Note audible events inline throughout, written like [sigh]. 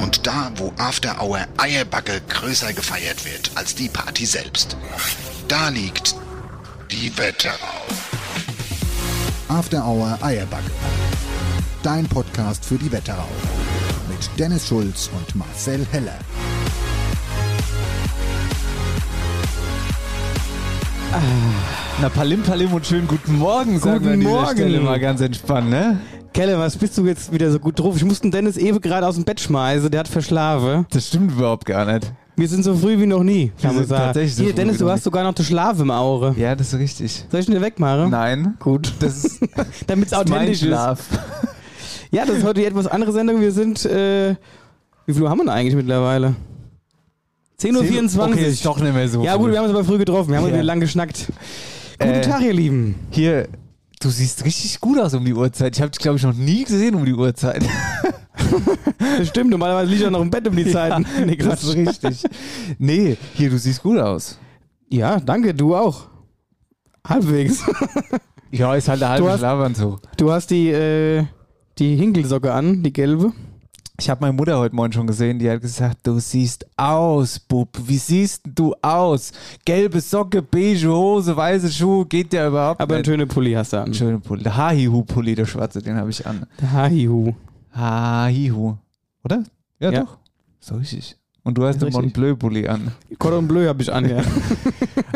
Und da, wo After Hour Eierbacke größer gefeiert wird als die Party selbst. Da liegt die Wetterau. After Hour Eierbacke. Dein Podcast für die Wetterau. Mit Dennis Schulz und Marcel Heller. Na, Palim, Palim und schönen guten Morgen, sagen Guten wir an dieser Morgen. Stelle mal ganz entspannt, ne? Kelle, was bist du jetzt wieder so gut drauf? Ich musste Dennis Ewe gerade aus dem Bett schmeißen, der hat verschlafen. Das stimmt überhaupt gar nicht. Wir sind so früh wie noch nie, Wir kann man sind sagen. tatsächlich so Hier, früh Dennis, wie noch du nie. hast sogar noch den Schlaf im Auge. Ja, das ist richtig. Soll ich ihn dir wegmachen? Nein. Gut. Das [laughs] ist Damit es mein authentisch ist. Schlaf. [laughs] Ja, das ist heute die etwas andere Sendung. Wir sind, äh, wie viel Uhr haben wir denn eigentlich mittlerweile? 10.24 Uhr. Okay, ist doch nicht mehr so. ja früh. gut, wir haben uns aber früh getroffen. Wir haben Ja. wieder lang geschnackt. Guten Äh, Tag, ihr Lieben. Hier, du siehst richtig gut aus um die Uhrzeit. Ich habe dich, glaube ich, noch nie gesehen um die [laughs] Uhrzeit. Das stimmt, normalerweise liegt er noch im Bett um [laughs] die Zeiten. [laughs] nee, Das ist richtig. Nee, hier, du siehst gut aus. Ja, danke, du auch. Halbwegs. Ja, ist halt der Du halbe hast- Schlafanzug. Du hast die, äh, die Hinkelsocke an, die gelbe. Ich habe meine Mutter heute Morgen schon gesehen, die hat gesagt, du siehst aus, Bub. Wie siehst denn du aus? Gelbe Socke, beige Hose, weiße Schuhe, geht ja überhaupt Aber einen nicht. schönen Pulli hast du an. Schöne Pulli. Der Hahihu-Pulli, der schwarze, den habe ich an. Hahihu. Hahihu. Oder? Ja, Ja. doch. So richtig. Und du hast Ist den richtig. Montbleu-Pulli an. Cordon Bleu habe ich an, ja.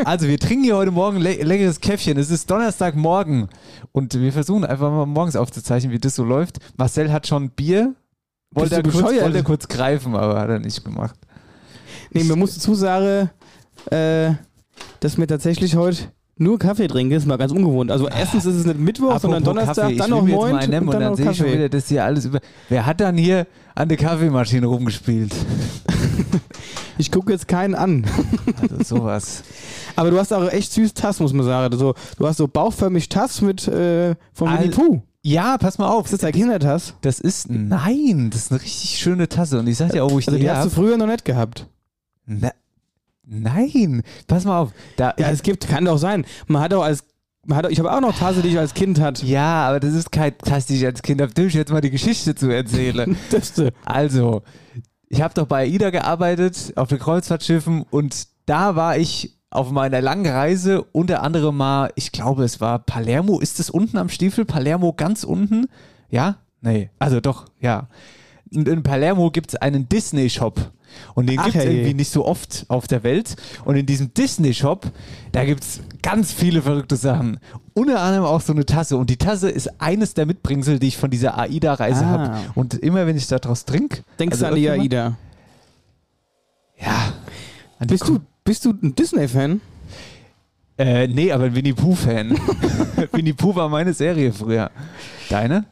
Also, wir trinken hier heute Morgen le leckeres Käffchen. Es ist Donnerstagmorgen. Und wir versuchen einfach mal morgens aufzuzeichnen, wie das so läuft. Marcel hat schon Bier. Wollte er, du kurz, bescheuert? wollte er kurz greifen, aber hat er nicht gemacht. nee, mir musst du zusagen, äh, dass mir tatsächlich heute nur Kaffee trinke, ist mal ganz ungewohnt. Also erstens ist es nicht Mittwoch, sondern Apropos Donnerstag, Kaffee, ich dann will noch mir jetzt mal Moin einen nehmen und dann noch sehe ich schon Kaffee. wieder, dass hier alles über. Wer hat dann hier an der Kaffeemaschine rumgespielt? Ich gucke jetzt keinen an. [laughs] Also sowas. Aber du hast auch echt süß Tass, muss man sagen. So, du hast so bauchförmig Tass mit äh, von Winnie Al- Pooh. ja, pass mal auf. Ist das ein Kindertass? Das ist nein, das ist eine richtig schöne Tasse und ich sag dir auch, wo ich Also die die her hast du hab. früher noch nicht gehabt. Na, nein, pass mal auf. Da, Ja, es gibt, kann doch sein. Man hat auch als, man hat, auch- ich habe auch noch Tasse, die ich als Kind hatte. [laughs] ja, aber das ist kein Tasse, die ich als Kind habe. Ich jetzt mal die Geschichte zu [laughs] erzählen. Dürfte. Also, ich habe doch bei AIDA gearbeitet, auf den Kreuzfahrtschiffen und da war ich auf meiner langen Reise unter anderem mal, ich glaube, es war Palermo. Ist es unten am Stiefel? Palermo ganz unten? Ja? Nee. Also doch, ja. Und in Palermo gibt es einen Disney-Shop. Und den Ach, gibt es herrje. irgendwie nicht so oft auf der Welt. Und in diesem Disney-Shop, da gibt es ganz viele verrückte Sachen. Unter anderem auch so eine Tasse. Und die Tasse ist eines der Mitbringsel, die ich von dieser AIDA-Reise Ah. habe. Und immer wenn ich daraus trinke. Denkst also du an die irgendwann- AIDA? Ja. An die Bist du, Ko- bist du ein Disney-Fan? Äh, nee, aber ein Winnie Pooh-Fan. [laughs] Winnie Pooh war meine Serie früher. Deine?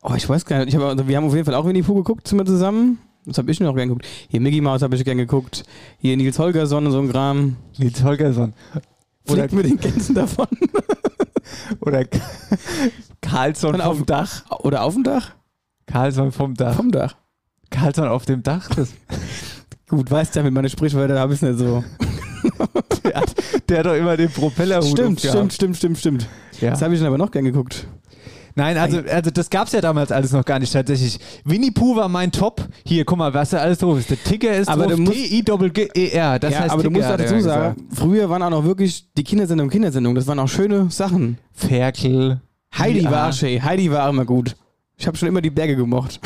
Oh, ich weiß gar nicht. Ich hab, also, wir haben auf jeden Fall auch Winnie Pooh geguckt immer zusammen. Das habe ich noch gern geguckt. Hier Mickey Mouse habe ich gern geguckt. Hier Nils Holgersson und so ein Kram. Nils Holgersson. Oder, Fliegt mit den Gänsen davon. oder [laughs] Karlsson [laughs] Und auf- vom Dach. Oder auf dem Dach? Karlsson vom Dach. Vom Dach. Karlsson auf dem Dach. Das, Gut, weißt ja, mit meinen Sprichwörtern habe ich es nicht [laughs] so. der, hat, der hat doch immer den Propellerhut stimmt, aufgehabt. stimmt, stimmt, stimmt, stimmt. Das Ja. habe ich dann aber noch gern geguckt. Nein, also, also das gab es ja damals alles noch gar nicht tatsächlich. Winnie Pooh war mein Top. Hier, guck mal, was da alles drauf ist. Der Ticker ist Aber du drauf. musst- D-I-G-E-R. Das ja, heißt aber du Ticker, musst auch hat er dazu immer sagen, früher waren auch noch wirklich die Kindersendung Kindersendung. Das waren auch schöne Sachen. gesagt. Ferkel. Heidi Ja. war schön. Heidi war immer gut. Ich habe schon immer die Berge gemocht.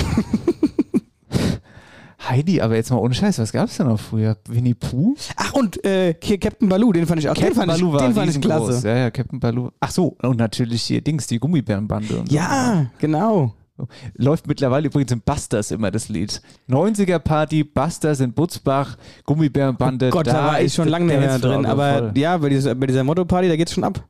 Heidi, aber jetzt mal ohne Scheiß, was gab's denn noch früher? Winnie Pooh? Ach, und äh, hier Captain Baloo, den fand ich auch. den fand ich, den fand ich riesengroß. klasse. Ja, ja, Captain Baloo. Ach so, und natürlich hier Dings, die Gummibärenbande. Und Ja, genau. So. Läuft mittlerweile übrigens im Busters immer das Lied. 90er Party, Busters in Butzbach, Gummibärenbande. Oh Gott, Äh, da, war ich ist schon der lange nicht mehr Dancefloor drin. Aber voll. ja, bei dieser, bei dieser Motto-Party, da geht's schon ab.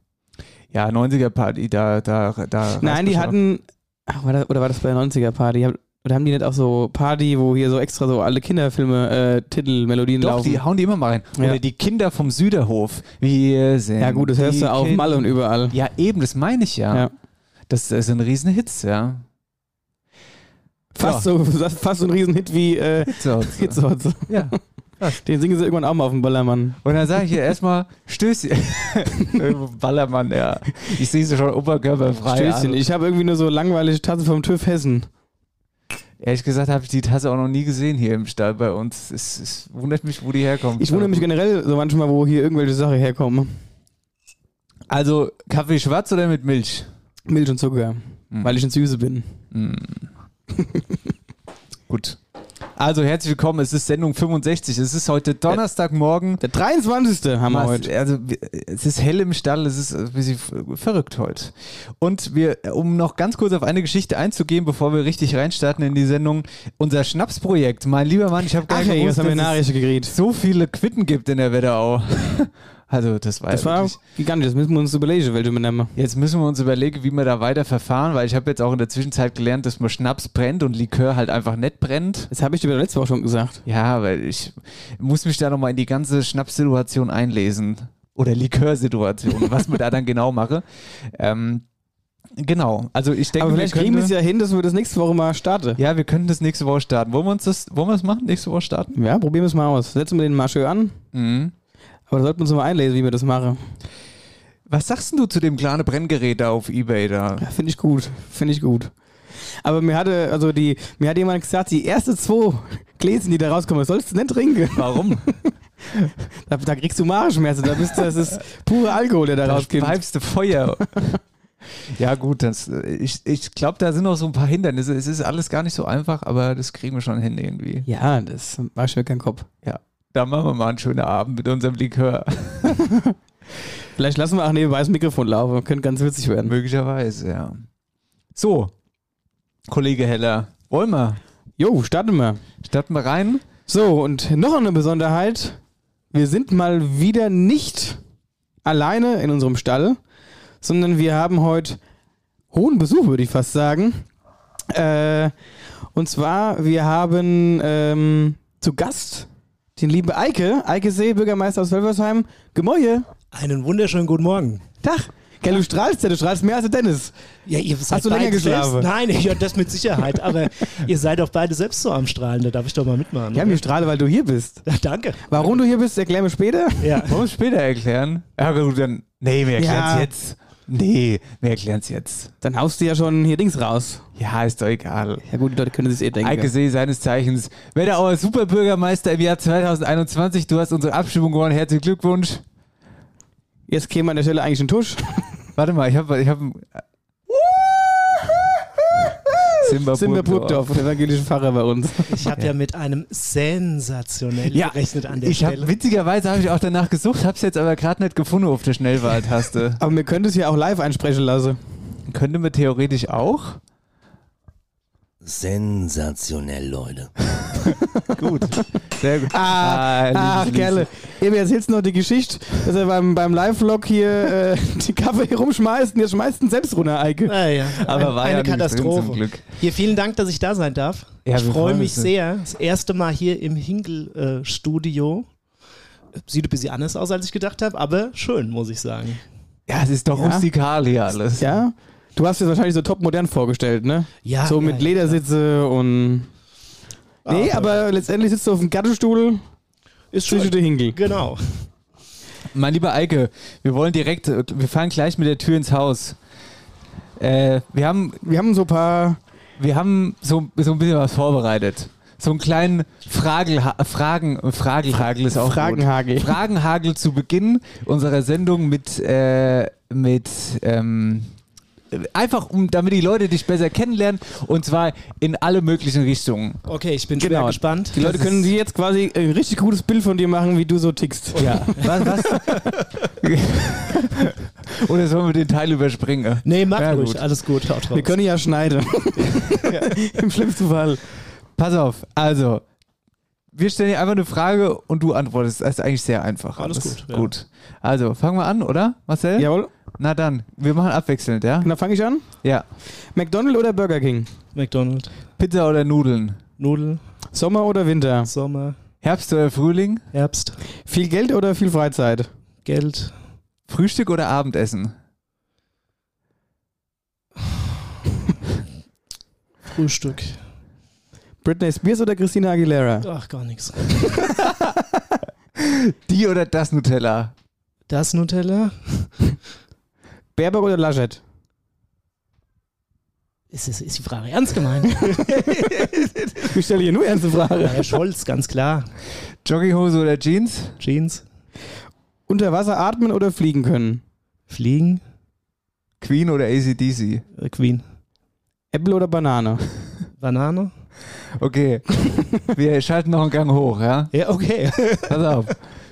Ja, 90er Party, da. da, da Nein, die hatten. Ach, war das, oder war das bei der 90er-Party? Oder haben die nicht auch so Party, wo hier so extra so alle Kinderfilme, äh, Titel, Melodien Doch, laufen? die hauen die immer mal rein. Ja. Oder die Kinder vom Süderhof. Wir sind ja gut, das hörst die du auf Kin- Malle und überall. Ja, eben, das meine ich ja. Ja. Das, das sind riesen Hits, [laughs] ja. Fast, so, [laughs] fast so ein Riesenhit [laughs] wie äh, So, Hits heute. Ja. Den singen sie irgendwann auch mal auf dem Ballermann. Und dann sage ich ihr erstmal [laughs] Stößchen. Ballermann, ja. Ich sehe sie schon oberkörperfrei. Stößchen. an. Ich habe irgendwie nur so langweilige Tasse vom TÜV Hessen. Ehrlich gesagt habe ich die Tasse auch noch nie gesehen hier im Stall bei uns. Es, es wundert mich, wo die herkommt. Ich wundere mich generell so manchmal, wo hier irgendwelche Sachen herkommen. Also Kaffee schwarz oder mit Milch? Milch und Zucker, Mhm. weil ich ein Süße bin. Gut. Also herzlich willkommen, es ist Sendung 65. Es ist heute Donnerstagmorgen. Der 23. haben wir Was, heute. also wir- es ist hell im Stall, es ist ein bisschen f- verrückt heute. Und wir, um noch ganz kurz auf eine Geschichte einzugehen, bevor wir richtig reinstarten in die Sendung, unser Schnapsprojekt. Mein lieber Mann, ich habe gar Ach, nicht ey, gewusst, jetzt haben wir dass es Nachrichten gekriegt. so viele Quitten gibt in der Wetterau. [laughs] also das war, Das ja war wirklich- gigantisch. Das müssen wir uns überlegen, welche wir nehmen. Jetzt müssen wir uns überlegen, wie wir da weiter verfahren, weil ich habe jetzt auch in der Zwischenzeit gelernt, dass man Schnaps brennt und Likör halt einfach nicht brennt. Das habe ich dir aber letzte Woche schon gesagt. Ja, weil ich muss mich da nochmal in die ganze Schnapssituation einlesen. Oder [laughs] Likörsituation, was man da dann genau mache. Ähm, genau, also ich denke, Aber vielleicht wir kriegen wir es könnte, ja hin, dass wir das nächste Woche mal starten. ja, wir könnten das nächste Woche starten. Wollen wir uns das, wollen wir das machen, nächste Woche starten? Ja, probieren wir es mal aus. Setzen wir den mal schön an. Mhm. Aber da sollten wir uns mal einlesen, wie wir das machen. Was sagst denn du zu dem kleinen Brenngerät da auf Ebay da? Ja, finde ich gut. Finde ich gut. Aber mir hatte, also die, mir hat jemand gesagt, die ersten zwei Gläschen, die da rauskommen, sollst du nicht trinken. Warum? Da, da kriegst du Magenschmerzen. Da bist du, das ist pure Alkohol, der [laughs] da Da rauskommt. bleibst du Feuer. [laughs] ja, gut, das, äh, ich, ich glaube, da sind noch so ein paar Hindernisse. Es ist alles gar nicht so einfach, aber das kriegen wir schon hin irgendwie. Ja, das war schon kein Kopf. Da machen wir mal einen schönen Abend mit unserem Likör. Vielleicht lassen wir auch nebenbei das Mikrofon laufen. Könnte ganz witzig werden. Möglicherweise, ja. So, Kollege Heller, wollen wir? Jo, starten wir. Starten wir rein? So, und noch eine Besonderheit. Wir sind mal wieder nicht alleine in unserem Stall, sondern wir haben heute hohen Besuch, würde ich fast sagen. Äh, und zwar, wir haben ähm, zu Gast den lieben Eike, Eike See, Bürgermeister aus Welversheim. Gemäue, Einen wunderschönen guten Morgen. Tag. Gell, du strahlst ja, du strahlst mehr als der Dennis. Ja, ihr seid du länger beide geschlafen? Selbst, nein, ja, das mit Sicherheit. [laughs] Aber ihr seid doch beide selbst so am Strahlen. Da darf ich doch mal mitmachen. Ja, oder? wir strahlen, weil du hier bist. Ja, [laughs] Danke. Warum du hier bist, erklären wir später. Ja. Wollen wir es später erklären? Ja, gut, dann. Nee, wir erklären es Ja. jetzt. Nee, wir erklären es jetzt. Dann haust du ja schon hier Dings raus. Ja, ist doch egal. Ja gut, die Leute können sich eh denken. Eike See, seines Zeichens. Wetterauer Superbürgermeister im Jahr 2021. Du hast unsere Abstimmung gewonnen. Herzlichen Glückwunsch. Jetzt käme an der Stelle eigentlich ein Tusch. Warte mal, ich habe. Ich hab, [laughs] Simba, Sind wir Burgdorf, der evangelische Pfarrer bei uns. Ich habe ja mit einem sensationellen Ja, gerechnet an der Ich hab, Stelle. witzigerweise habe ich auch danach gesucht, habe es jetzt aber gerade nicht gefunden auf der Schnellwahltaste. [laughs] Aber wir können das ja auch live einsprechen lassen. Könnte man theoretisch auch. Sensationell, Leute. Gut. Sehr gut. Ah, liebes Ach, Lies. Kerle. Eben erzählst du noch die Geschichte, dass er beim, beim Live-Vlog hier äh, [laughs] die Kaffee rumschmeißt und jetzt schmeißt ihn selbst runter, Eike. Naja, Aber war eine ja Katastrophe. Drin, [laughs] zum Katastrophe. Glück. Hier, vielen Dank, dass ich da sein darf. Ja, ich wir freue freuen mich uns. ne? sehr. Das erste Mal hier im Hinkel-Studio. Sieht ein bisschen anders aus, als ich gedacht habe, aber schön, muss ich sagen. Ja, es ist doch Ja. rustikal hier alles. Ja? Du hast dir das wahrscheinlich so top modern vorgestellt, ne? Ja, so ja, mit ja, Ledersitze und. Nee, Ah, aber letztendlich sitzt du auf dem Gattestuhl Ist zwischen schön. den Hinkel. Genau. Mein lieber Eike, wir wollen direkt, äh, wir fahren gleich mit der Tür ins Haus. Äh, wir haben, Wir haben so ein paar. wir haben so, so ein bisschen was vorbereitet. So einen kleinen Fragelha Fragen, Fragelhagel ist auch gut. Fragenhagel. Fragenhagel zu Beginn unserer Sendung mit, äh, mit ähm, einfach um, damit die Leute dich besser kennenlernen und zwar in alle möglichen Richtungen. Okay, ich bin schwer Genau. gespannt. Die Leute Das können ist- sich jetzt quasi ein richtig gutes Bild von dir machen, wie du so tickst. Ja. Was, [laughs] was? Oder sollen wir den Teil überspringen? Nee, mach Ja, ruhig, gut. alles gut. Haut raus. Wir können [laughs] ja schneiden. Im schlimmsten Fall. Pass auf, also wir stellen dir einfach eine Frage und du antwortest. Das ist eigentlich sehr einfach. Alles gut, ja. Gut. Also fangen wir an, oder Marcel? Jawohl. Na dann, wir machen abwechselnd, ja? Und dann fange ich an. Ja. McDonald's oder Burger King? McDonald's. Pizza oder Nudeln? Nudeln, Sommer oder Winter? Sommer, Herbst oder Frühling? Herbst, Viel Geld oder viel Freizeit? Geld, Frühstück oder Abendessen? Frühstück. Britney Spears oder Christina Aguilera? Ach, gar nichts. Die oder das Nutella? Das Nutella? Baerbock [laughs] oder Laschet? Ist, ist, ist die Frage ernst [laughs] gemeint? Ich stelle hier nur ernste Frage. Herr Scholz, ganz klar. Jogginghose oder Jeans? Jeans, Unter Wasser atmen oder fliegen können? Fliegen, Queen oder ACDC? äh, Queen, Apple oder Banane? Banane. [laughs] Okay, wir schalten noch einen Gang hoch, ja? Ja, [laughs] okay. Pass auf.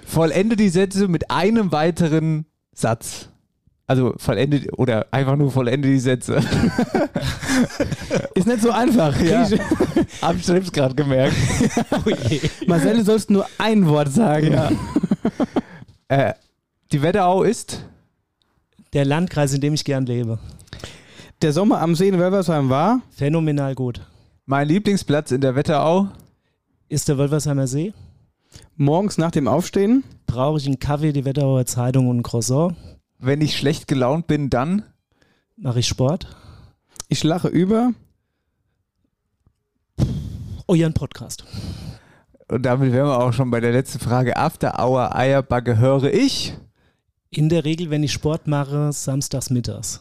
Vollende die Sätze mit einem weiteren Satz. Also vollende oder einfach nur vollende die Sätze. Ist nicht so einfach. Ja. Krieg Hab ich selbst gerade [laughs] gemerkt. Oh ich- Marcel, du sollst nur ein Wort sagen. Äh, die Wetterau ist Der Landkreis, in dem ich gern lebe. Der Sommer am See in Wölversheim war? Phänomenal gut. mein Lieblingsplatz in der Wetterau. Ist der Wölversheimer See? Morgens nach dem Aufstehen? Brauche ich einen Kaffee, die Wetterauer Zeitung und ein Croissant? Wenn ich schlecht gelaunt bin, dann Mache ich Sport? Ich lache über. Euren Oh Podcast. Und damit wären wir auch schon bei der letzten Frage. After Hour Eierbacke höre ich. In der Regel, wenn ich Sport mache, samstags mittags.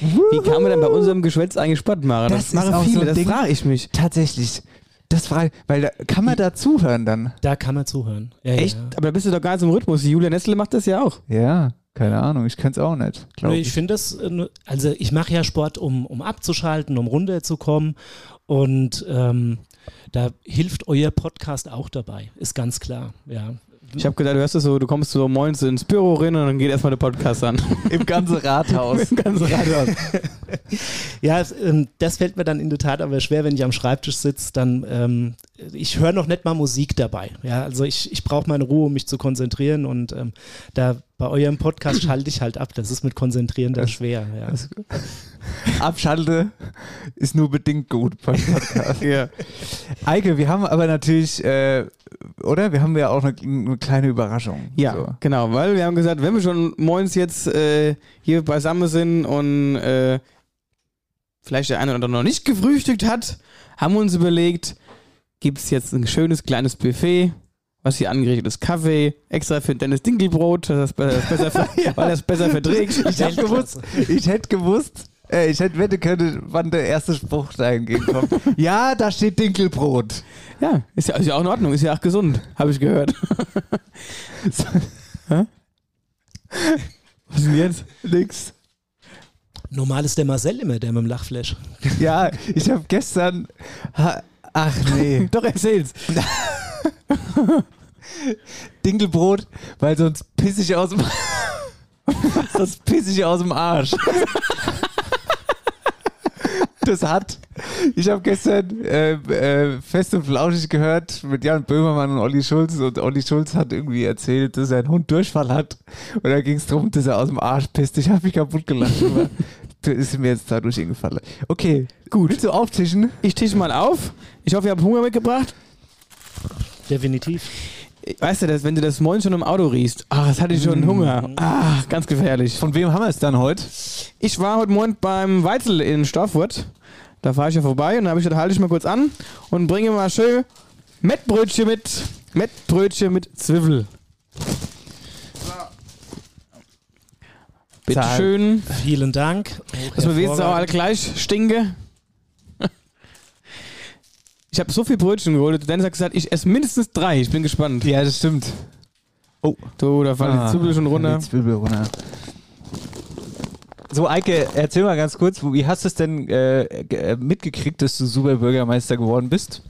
Wie kann man denn bei unserem Geschwätz eigentlich Sport machen? Das ist auch so ein das Ding. frage ich mich. Tatsächlich. Das frage weil da kann man da zuhören dann. Da kann man zuhören. Ja, Echt? Ja. Aber da bist du doch gar nicht im Rhythmus. Julia Nestle macht das ja auch. Ja, keine Ahnung, ich kann es auch nicht. Glaub Nö, ich finde das, äh, ne- also ich mache ja Sport, um, um abzuschalten, um runterzukommen. Und ähm, da hilft euer Podcast auch dabei, ist ganz klar. Ja. Ich habe gedacht, du hörst das so, du kommst so morgens ins Büro rein und dann geht erstmal der Podcast an. [laughs] Im ganzen Rathaus. Ganz radlos. Ja, es, ähm, das fällt mir dann in der Tat aber schwer, wenn ich am Schreibtisch sitze, dann ähm, ich höre noch nicht mal Musik dabei. Ja, also ich, ich brauche meine Ruhe, um mich zu konzentrieren und ähm, da bei eurem [coughs] Podcast schalte ich halt ab. Das ist mit Konzentrieren dann schwer. Ja. Abschalte ist nur bedingt gut beim Podcast. ja. Eike, wir haben aber natürlich, äh, oder? Wir haben ja auch eine, eine kleine Überraschung. ja, So. genau, weil wir haben gesagt, wenn wir schon morgens jetzt äh, hier beisammen sind und äh, vielleicht der eine oder andere noch nicht gefrühstückt hat, haben wir uns überlegt, gibt es jetzt ein schönes kleines Buffet, was hier angerichtet ist, Kaffee, extra für Dennis Dinkelbrot, dass das be- das [laughs] besser ver- weil das besser verträgt. Ich hätte gewusst, ich hätte gewusst, äh, ich hätte wette können, wann der erste Spruch dahin geht. Kommt. ja, da steht Dinkelbrot. Ja, ist ja, ist ja auch in Ordnung, ist ja auch gesund, habe [laughs] ich gehört. Hä? Was ist denn jetzt? Nix. Normal ist der Marcel immer der mit dem Lachflash. Ja, ich habe gestern. Ha, ach nee. Doch, erzähl's. Dinkelbrot, weil sonst piss ich aus dem. [laughs] sonst piss ich aus dem Arsch. Das hat. Ich habe gestern äh, äh, fest und flauschig gehört mit Jan Böhmermann und Olli Schulz. Und Olli Schulz hat irgendwie erzählt, dass sein Hund Durchfall hat. Und da ging es darum, dass er aus dem Arsch pisst. Ich habe mich kaputt gelacht. [laughs] aber Das ist mir jetzt dadurch eingefallen. Okay, gut. Willst du auftischen? Ich tisch mal auf. Ich hoffe, ihr habt Hunger mitgebracht. Definitiv. Weißt du, das, wenn du das morgen schon im Auto riechst, ach, das hatte ich Mm. schon Hunger. Ah, ganz gefährlich. Von wem haben wir es dann heute? Ich war heute Morgen beim Weizel in Storfurt. Da fahre ich ja vorbei und da habe ich gedacht, halte ich mal kurz an und bringe mal schön Mettbrötchen mit. Mettbrötchen mit Zwiebel. Bitte Zahl. schön. Vielen Dank. Dass wir wenigstens auch alle gleich stinke. [laughs] Ich habe so viel Brötchen geholt. Dennis hat gesagt, ich esse mindestens drei. Ich bin gespannt. Ja, das stimmt. So, da fallen die Zwiebeln schon runter. Ah. Die Zwiebel runter. So, Eike, erzähl mal ganz kurz, wie hast du es denn äh, ge- äh, mitgekriegt, dass du Superbürgermeister geworden bist?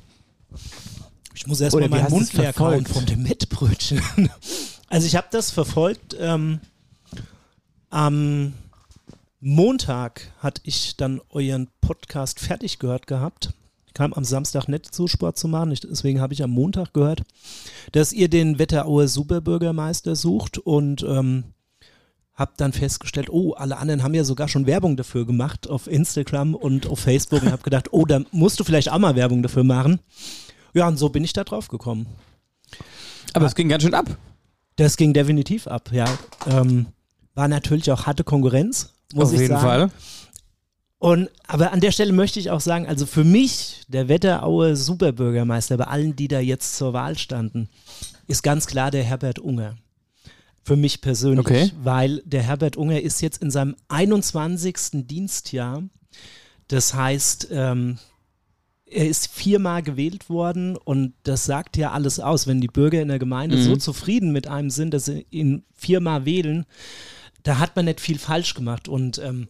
Ich muss Oder erstmal wie meinen hast du's Mund leer kauen verfolgt? von dem Mettbrötchen. [laughs] Also ich habe das verfolgt. Ähm, am Montag hatte ich dann euren Podcast fertig gehört gehabt. Ich kam am Samstag nicht zu Sport zu machen, ich, deswegen habe ich am Montag gehört, dass ihr den Wetterauer Superbürgermeister sucht und ähm, habe dann festgestellt, oh, alle anderen haben ja sogar schon Werbung dafür gemacht auf Instagram und auf Facebook und habe gedacht, oh, da musst du vielleicht auch mal Werbung dafür machen. Ja, und so bin ich da drauf gekommen. Aber es ging ganz schön ab. Das ging definitiv ab, ja. Ähm, war natürlich auch harte Konkurrenz, muss Auf ich jeden sagen. Fall. Und, aber an der Stelle möchte ich auch sagen, also für mich, der Wetteraue Superbürgermeister, bei allen, die da jetzt zur Wahl standen, ist ganz klar der Herbert Unger. Für mich persönlich, Okay. weil der Herbert Unger ist jetzt in seinem 21. Dienstjahr. Das heißt, ähm, er ist viermal gewählt worden und das sagt ja alles aus. Wenn die Bürger in der Gemeinde so zufrieden mit einem sind, dass sie ihn viermal wählen, da hat man nicht viel falsch gemacht. Und ähm,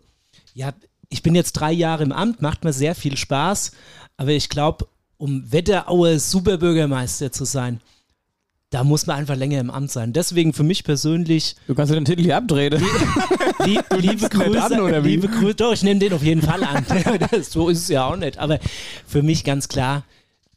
ja, ich bin jetzt drei Jahre im Amt, macht mir sehr viel Spaß, aber ich glaube, um Wetterauer Superbürgermeister zu sein, da muss man einfach länger im Amt sein. Deswegen für mich persönlich Du kannst dir den Titel hier [laughs] abdrehen. Lie liebe nicht Grüße, an, oder wie? liebe Grüße. Doch, ich nehme den auf jeden Fall an. [laughs] das, so ist es ja auch nicht. Aber für mich ganz klar,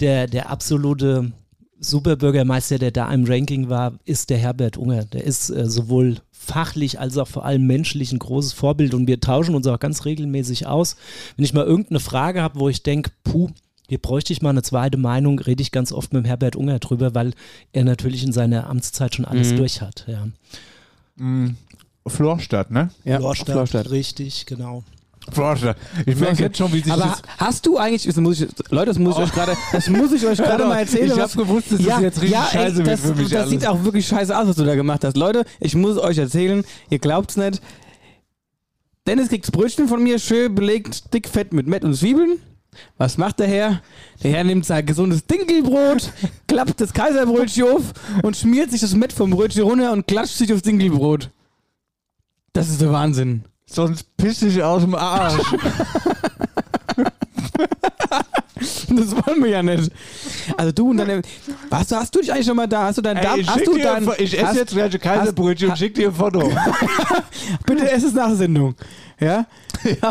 der, der absolute Superbürgermeister, der da im Ranking war, ist der Herbert Unger. Der ist äh, sowohl fachlich als auch vor allem menschlich ein großes Vorbild und wir tauschen uns auch ganz regelmäßig aus. Wenn ich mal irgendeine Frage habe, wo ich denke, puh, hier bräuchte ich mal eine zweite Meinung, rede ich ganz oft mit dem Herbert Unger drüber, weil er natürlich in seiner Amtszeit schon Mhm. alles durch hat. Ja. Florstadt, ne? Ja, Florstadt, Florstadt. richtig, genau. Florstadt. Ich merke jetzt schon, wie sich Aber das... hast du eigentlich, das muss ich, Leute, das muss ich euch gerade, das muss [laughs] ich euch gerade doch, mal erzählen. Genau. ich hab was- gewusst, dass das jetzt richtig scheiße wird das, für mich Das alles. sieht auch wirklich scheiße aus, was du da gemacht hast. Leute, ich muss es euch erzählen, ihr glaubt's nicht. Dennis kriegt Brötchen von mir, schön belegt, dick fett mit Mett und Zwiebeln. Was macht der Herr? Der Herr nimmt sein gesundes [laughs] Dinkelbrot, klappt das Kaiserbrötchen auf und schmiert sich das Mett vom Brötchen runter und klatscht sich aufs Dinkelbrot. Das ist der Wahnsinn. Sonst piss ich aus dem Arsch. [laughs] Das wollen wir ja nicht. Also du und deine. Warst du, hast du dich eigentlich schon mal da? Hast du [laughs] deinen Ey, Darm? ich Hast schick du dir ein deinen? Fo- ich esse hast- jetzt gleich ein Kaiserbrötchen und schick dir ein [laughs] Foto. Bitte ess es nach der Sendung. [laughs] Ja?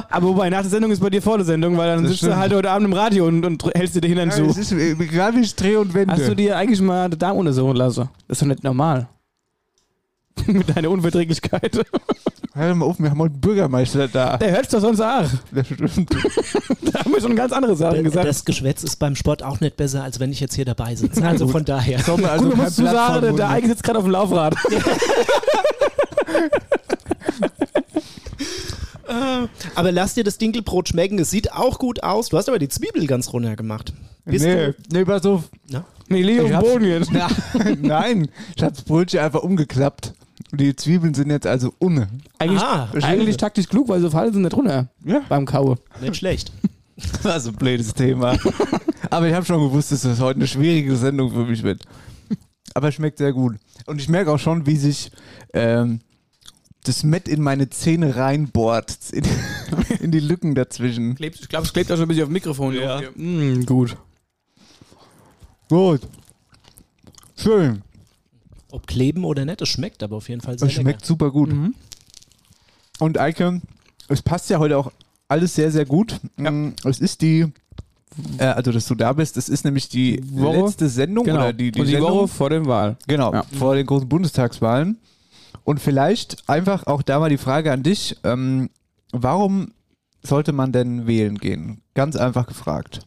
Aber wobei, nach der Sendung ist bei dir vor der Sendung, weil dann Das sitzt du stimmt. halt heute Abend im Radio und, und hältst dir den Hintern Es zu. ist egal, wie ich drehe und wende. Hast du dir eigentlich mal den Darm untersuchen lassen? Das ist doch nicht normal. [laughs] Mit deiner Unverträglichkeit. Hör mal auf, wir haben heute einen Bürgermeister da. Der hört's doch sonst auch. Das stimmt. [laughs] Da haben wir schon ganz andere Sachen gesagt. Das Geschwätz ist beim Sport auch nicht besser, als wenn ich jetzt hier dabei sitze. Also von [laughs] daher. Sollen wir also Gut, du kein ne? musst du Blatt vom sagen, der, Mund der nehmen? Eike sitzt gerade auf dem Laufrad. Aber lass dir das Dinkelbrot schmecken. Es sieht auch gut aus. Du hast aber die Zwiebel ganz runter gemacht. Bist Nee, du? nee, pass auf. Nee, Leo Ich im hab's- Boden jetzt. Na, nein, ich habe das Brötchen einfach umgeklappt. Und die Zwiebeln sind jetzt also ohne. Eigentlich, Ah, eigentlich taktisch klug, weil so fallen sie nicht runter Ja. beim Kaue. Nicht schlecht. Das war so ein blödes Thema. Aber ich habe schon gewusst, dass das heute eine schwierige Sendung für mich wird. Aber schmeckt sehr gut. Und ich merke auch schon, wie sich ähm, das Met in meine Zähne reinbohrt. In, [laughs] in die Lücken dazwischen. Klebt, ich glaube, es klebt auch schon ein bisschen auf dem Mikrofon. Ja. Mm, gut. Gut. Schön. Ob kleben oder nicht, es schmeckt aber auf jeden Fall sehr Es schmeckt super gut. Mhm. Und Eike, es passt ja heute auch alles sehr, sehr gut. Mm, Es ist die, äh, also dass du da bist, das ist nämlich die Woche. letzte Sendung Genau. oder die, die, Und die Sendung, Woche vor dem Wahl. genau, Ja. vor den großen Bundestagswahlen. Und vielleicht einfach auch da mal die Frage an dich, ähm, warum sollte man denn wählen gehen? Ganz einfach gefragt.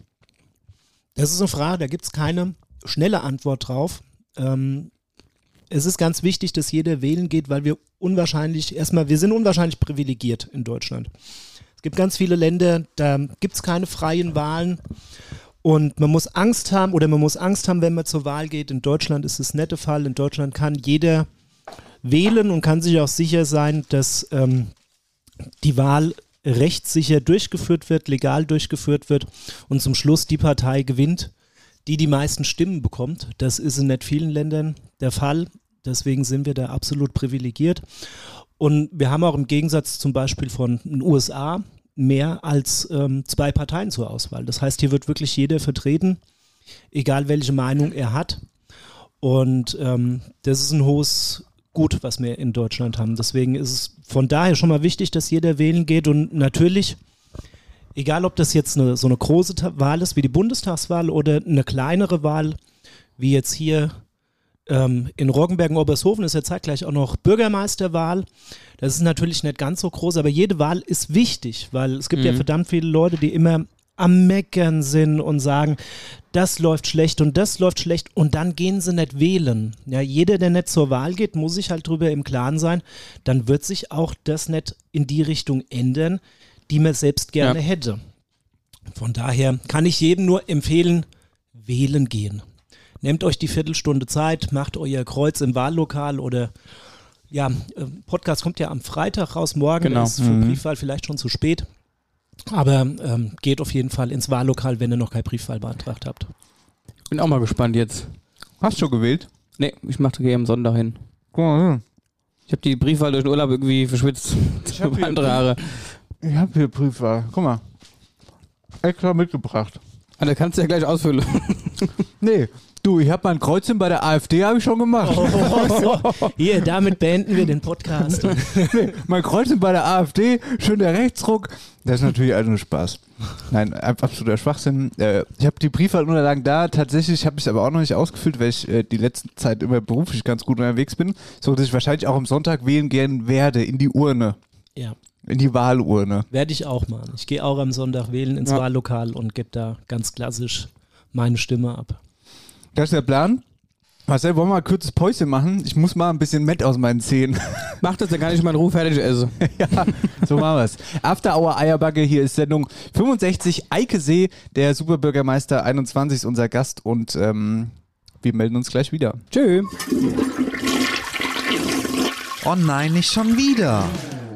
Das ist eine Frage, da gibt es keine schnelle Antwort drauf. Ähm, es ist ganz wichtig, dass jeder wählen geht, weil wir unwahrscheinlich, erstmal, wir sind unwahrscheinlich privilegiert in Deutschland. Es gibt ganz viele Länder, da gibt es keine freien Wahlen. Und man muss Angst haben, oder man muss Angst haben, wenn man zur Wahl geht. In Deutschland ist es nicht der Fall. In Deutschland kann jeder wählen und kann sich auch sicher sein, dass ähm, die Wahl rechtssicher durchgeführt wird, legal durchgeführt wird und zum Schluss die Partei gewinnt, die die meisten Stimmen bekommt. Das ist in nicht vielen Ländern der Fall. Deswegen sind wir da absolut privilegiert. Und wir haben auch im Gegensatz zum Beispiel von den USA mehr als ähm, zwei Parteien zur Auswahl. Das heißt, hier wird wirklich jeder vertreten, egal welche Meinung er hat. Und ähm, das ist ein hohes Gut, was wir in Deutschland haben. Deswegen ist es von daher schon mal wichtig, dass jeder wählen geht. Und natürlich, egal ob das jetzt eine, so eine große Ta- Wahl ist wie die Bundestagswahl oder eine kleinere Wahl, wie jetzt hier Ähm, in Roggenbergen-Obershofen ist ja zeitgleich auch noch Bürgermeisterwahl. Das ist natürlich nicht ganz so groß, aber jede Wahl ist wichtig, weil es gibt ja verdammt viele Leute, die immer am Meckern sind und sagen, das läuft schlecht und das läuft schlecht und dann gehen sie nicht wählen. Ja, jeder, der nicht zur Wahl geht, muss sich halt drüber im Klaren sein, dann wird sich auch das nicht in die Richtung ändern, die man selbst gerne Ja. hätte. Von daher kann ich jedem nur empfehlen, wählen gehen. Nehmt euch die Viertelstunde Zeit, macht euer Kreuz im Wahllokal oder ja, äh, Podcast kommt ja am Freitag raus, morgen Genau. ist für Briefwahl vielleicht schon zu spät. Aber ähm, geht auf jeden Fall ins Wahllokal, wenn ihr noch kein Briefwahl beantragt habt. Bin auch mal gespannt jetzt. Hast schon gewählt? Nee, ich mache gehe am Sonntag hin. hm. Ich habe die Briefwahl durch den Urlaub irgendwie verschwitzt. Ich hab hier- [laughs] andere Haare. Ich habe hier Briefwahl. Guck mal. Extra mitgebracht. Ah, da kannst du ja gleich ausfüllen. Nee, du, ich habe mein Kreuzchen bei der AfD habe ich schon Oh. gemacht. so, hier, damit beenden wir den Podcast. Nee, mein Kreuzchen bei der AfD, schön der Rechtsruck. Das ist natürlich also nur Spaß. Nein, ab- absoluter Schwachsinn. Äh, ich habe die Briefwahlunterlagen da. Tatsächlich habe ich aber auch noch nicht ausgefüllt, weil ich äh, die letzte Zeit immer beruflich ganz gut unterwegs bin. So dass ich wahrscheinlich auch am Sonntag wählen gehen werde in die Urne. ja, In die Wahlurne. werde ich auch machen. Ich gehe auch am Sonntag wählen ins Ja. Wahllokal und gebe da ganz klassisch meine Stimme ab. Das ist der Plan. Marcel, wollen wir mal ein kurzes Päuschen machen? Ich muss mal ein bisschen Mett aus meinen [laughs] Zähnen. Mach das, dann kann ich meinen Ruhe [laughs] fertig essen. So machen wir's. After Hour Eierbacke, hier ist Sendung 65. Eike See, der Superbürgermeister 21 ist unser Gast und ähm, wir melden uns gleich wieder. Tschüss. Oh nein, nicht schon wieder.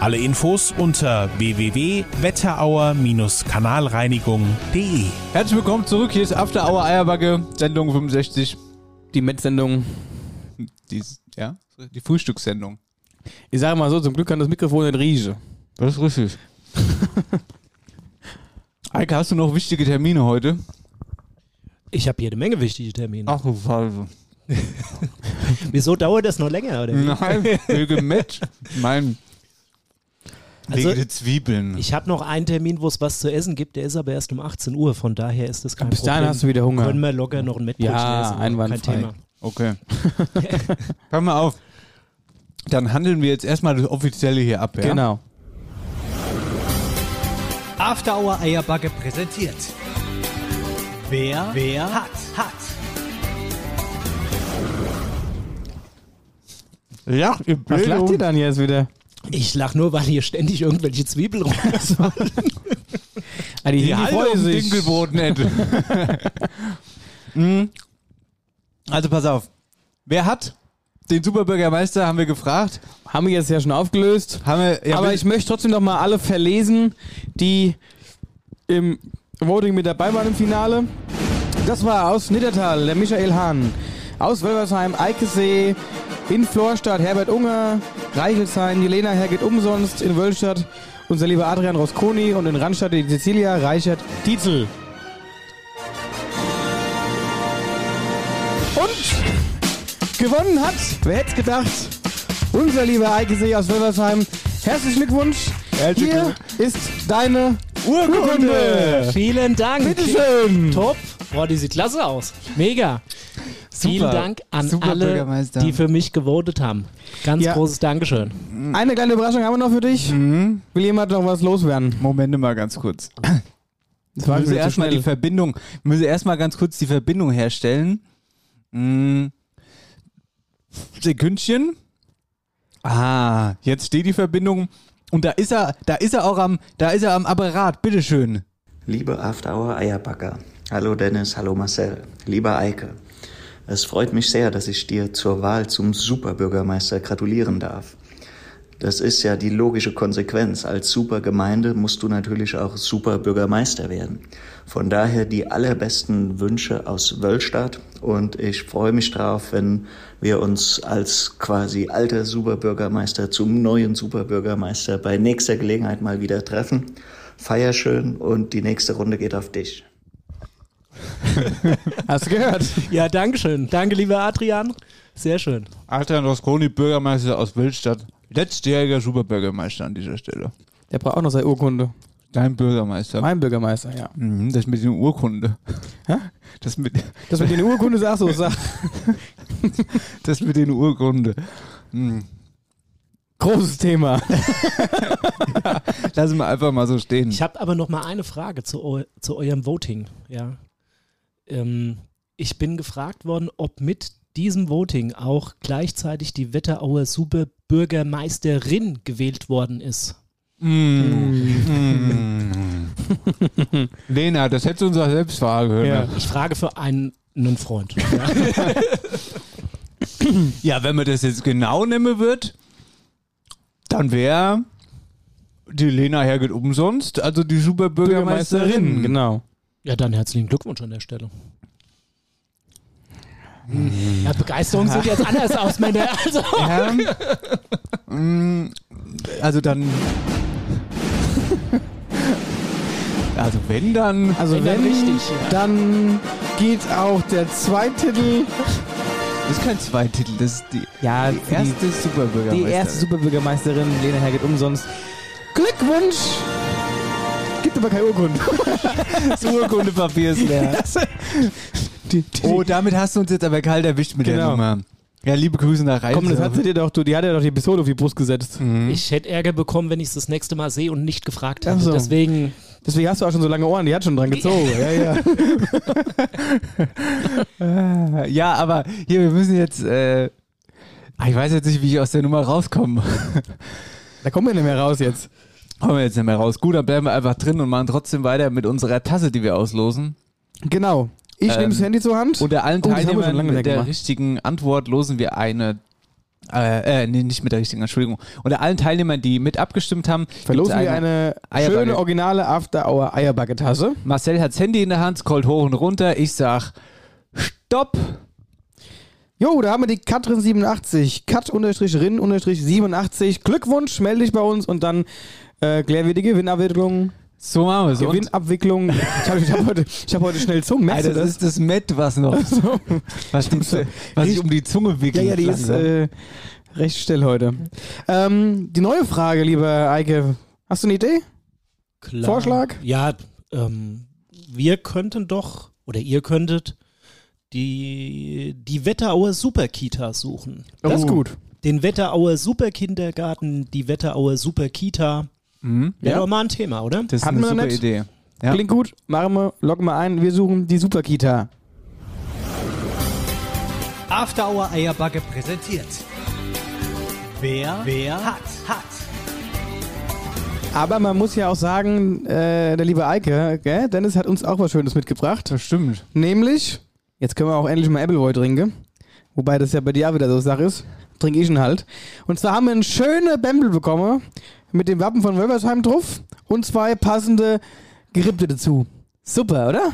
Alle Infos unter www.wetterauer-kanalreinigung.de. Herzlich willkommen zurück. Hier ist After Hour Eierbacke, Sendung 65. [laughs] Die Met-Sendung. Die, ja, die Frühstückssendung. Ich sage mal so, zum Glück kann das Mikrofon nicht riechen. Das ist richtig. [laughs] Eike, hast du noch wichtige Termine heute? Ich habe jede Menge wichtige Termine. Ach du Scheiße. Wieso dauert das noch länger? Oder? wie? Nein, wegen Mett. Nein. Also- wegen der Zwiebeln. Ich habe noch einen Termin, wo es was zu essen gibt. Der ist aber erst um 18 Uhr. Von daher ist das kein Bis Problem. dahin hast du wieder Hunger. Können wir locker noch ein Mettbrötchen Ja, essen. einwandfrei. Kein Thema. Okay. Pass mal auf. Dann handeln wir jetzt erstmal das Offizielle hier ab. Ja? Genau. After Hour Eierbacke präsentiert. Wer, wer hat, hat. Ja, ihr Was lacht ihr dann jetzt wieder? Ich lach nur, weil hier ständig irgendwelche [laughs] Zwiebeln rumfallen. Ah, Die die Hindi Halle freuen auf dem sich. Dinkelbrot nicht. Hm. also pass auf. Wer hat den Superbürgermeister, haben wir gefragt. Haben wir jetzt ja schon aufgelöst. Haben wir, ja, Aber will- ich möchte trotzdem noch mal alle verlesen, die im Voting mit dabei waren im Finale. Das war aus Niddertal, der Michael Hahn. Aus Wölversheim, Eikesee. In Florstadt, Herbert Unger. Reichelsheim, Jelena Herget umsonst. In Wölstadt, unser lieber Adrian Rosconi. Und in Randstadt, die Cecilia Reichert Dietzel. Und gewonnen hat, wer hätte gedacht, unser lieber Eikesee aus Wölversheim. Herzlichen Glückwunsch. Herzlichen Hier ist deine Urkunde. Vielen Dank. Bitteschön. Top. Boah, die sieht klasse aus. Mega. Vielen Dank an Super alle, Bürgermeister. die für mich gewotet haben. Ganz Ja. großes Dankeschön. Eine kleine Überraschung haben wir noch für dich. Mhm. Will jemand noch was loswerden? Momente mal ganz kurz. Das Wir war müssen wieder zu erstmal die schnell. Verbindung, wir müssen erstmal ganz kurz die Verbindung herstellen. Mm. Sekündchen. Ah, jetzt steht die Verbindung und da ist er, da ist er auch am, da ist er am Apparat, bitteschön. Liebe Afterhour Eierbacker, hallo Dennis, hallo Marcel, lieber Eike. Es freut mich sehr, dass ich dir zur Wahl zum Superbürgermeister gratulieren darf. Das ist ja die logische Konsequenz. Als Supergemeinde musst du natürlich auch Superbürgermeister werden. Von daher die allerbesten Wünsche aus Wölstadt und ich freue mich drauf, wenn wir uns als quasi alter Superbürgermeister zum neuen Superbürgermeister bei nächster Gelegenheit mal wieder treffen. Feier schön und die nächste Runde geht auf dich. Hast du gehört? Ja, danke schön. Danke, lieber Adrian. Sehr schön. Adrian Rosconi, Bürgermeister aus Wildstadt. Letztjähriger Superbürgermeister an dieser Stelle. Der braucht auch noch seine Urkunde. Dein Bürgermeister. Mein Bürgermeister, ja. Mhm, das mit den Urkunde. Hä? Das mit, Dass man dir eine Urkunde sagt, so sagt. das mit den Urkunde. [laughs] Großes Thema. Lassen wir einfach mal so stehen. Ich habe aber noch mal eine Frage zu, eu zu eurem Voting. Ja. Ähm, ich bin gefragt worden, ob mit diesem Voting auch gleichzeitig die Wetterauer Superbürgermeisterin gewählt worden ist. Mm. [laughs] Lena, das hättest du uns auch selbst fragen können. Ja. Ich frage für einen, einen Freund. Ja, wenn man das jetzt genau nehmen wird, dann wäre die Lena Herget umsonst, also die Superbürgermeisterin. genau. Ja, dann herzlichen Glückwunsch an der Stelle. Ja, Begeisterung sieht jetzt anders aus, Männer. Also, Ja. [laughs] Mm, also [laughs] dann. Also wenn dann. Also Wenn wenn, dann richtig, ja. dann geht auch der Zweititel. Das ist kein Zweititel, das ist die, Ja, die erste die Superbürgermeisterin. erste Superbürgermeisterin, Lena Herget umsonst. Glückwunsch! Gibt aber keine Urkunde. [laughs] Das Urkundepapier ist leer. Die, die, Oh, damit hast du uns jetzt aber kalt erwischt mit der Genau. Nummer. Ja, liebe Grüße nach Reise. Komm, das hat sie dir doch, du, die hat ja doch die Pistole auf die Brust gesetzt. ich hätte Ärger bekommen, wenn ich es das nächste Mal sehe und nicht gefragt hätte. Ach so. Deswegen, Deswegen hast du auch schon so lange Ohren, die hat schon dran gezogen. [laughs] ja, ja. Ja, aber hier, wir müssen jetzt. Äh, ah, ich weiß jetzt nicht, wie ich aus der Nummer rauskomme. [laughs] Da kommen wir nicht mehr raus jetzt. Kommen wir jetzt nicht mehr raus. Gut, dann bleiben wir einfach drin und machen trotzdem weiter mit unserer Tasse, die wir auslosen. Genau. Ich Ähm, nehme das Handy zur Hand. Unter allen Oh, das haben wir schon lange Teilnehmern nicht mit der gemacht. richtigen Antwort losen wir eine. Äh, äh, nee, nicht mit der richtigen, Entschuldigung. Unter allen Teilnehmern, die mit abgestimmt haben, gibt's Verlosen wir eine Eierbacke. schöne, originale After-Hour-Eierbacke-Tasse. Marcel hat's Handy in der Hand, scrollt hoch und runter. Ich sag Stopp. Jo, da haben wir die Katrin87. Kat-Rin-87. Glückwunsch, melde dich bei uns und dann äh, klären wir die Gewinnabwicklung. So machen wir's. Und, Gewinnabwicklung. Ich habe ich hab heute, ich hab heute schnell Zungen. Merkst Alter, du das das? ist das Met, was noch, [laughs] was, die, was ich um die Zunge Ja, wickelt. ja, die ist langsam. äh, recht still heute. Ähm, die neue Frage, lieber Eike. Hast du eine Idee? klar. Vorschlag? Ja, ähm, wir könnten doch, oder ihr könntet, die, die Wetterauer Superkita suchen. Das ist gut. Den Wetterauer Superkindergarten, die Wetterauer Superkita. Mhm. Wäre Ja. doch mal ein Thema, oder? Das ist Hatten eine wir super noch nicht? Idee. Ja. Klingt gut. Machen wir, loggen wir ein. Wir suchen die Superkita. After Hour Eierbacke präsentiert. Wer, wer hat, hat. Aber man muss ja auch sagen, äh, der liebe Eike, gell? Dennis hat uns auch was Schönes mitgebracht. Das stimmt. Nämlich, jetzt können wir auch endlich mal Appleboy trinken. Wobei das ja bei dir auch wieder so eine Sache ist. Trinke ich ihn halt. Und zwar haben wir einen schönen Bämbel bekommen mit dem Wappen von Wölversheim drauf und zwei passende Gerippte dazu. Super, oder?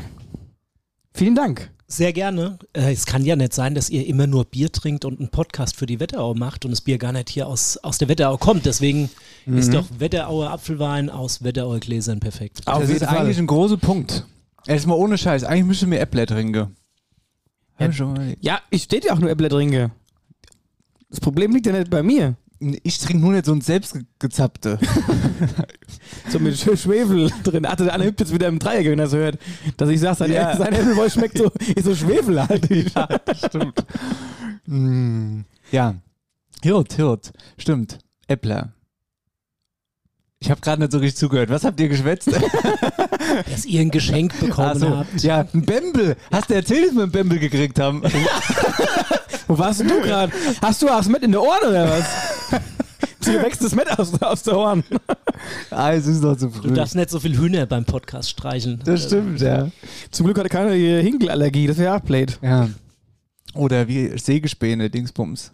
Vielen Dank. Sehr gerne. Äh, es kann ja nicht sein, dass ihr immer nur Bier trinkt und einen Podcast für die Wetterau macht und das Bier gar nicht hier aus, aus der Wetterau kommt. Deswegen ist doch Wetterauer Apfelwein aus Wetterauer Gläsern perfekt. das ist eigentlich ein großer Punkt. Erstmal ohne Scheiß. Eigentlich müsste mir Apple trinken. Hab ich schon mal überlegt. Ja, ich steht ja auch nur Äpple trinke. Das Problem liegt ja nicht bei mir. Ich trinke nur nicht so ein [laughs] selbstgezappte. So mit Sch- Schwefel drin. Ach, der andere hüpft jetzt wieder im Dreieck, wenn er so hört. Dass ich sage, sein, Ja. sein Äpfelboy schmeckt so, ist so schwefelhaltig. Stimmt. Mm. ja. Hirt, Hirt. Stimmt. Äppler. Ich habe gerade nicht so richtig zugehört. Was habt ihr [laughs] geschwätzt? Dass ihr ein Geschenk bekommen Ach so. habt. Ja, ein Bembel. Hast du erzählt, dass wir einen Bembel gekriegt [laughs] haben? Wo warst denn du gerade? Hast du auch das Met in der Ohren oder was? Hier wächst das Met aus, aus der Ohren. ah, es ist noch zu früh. Du darfst nicht so viel Hühner beim Podcast streicheln. das stimmt, ja. Zum Glück hatte keiner hier Hinkelallergie, das wäre auch blöd. ja. Oder wie Sägespäne, Dingsbums.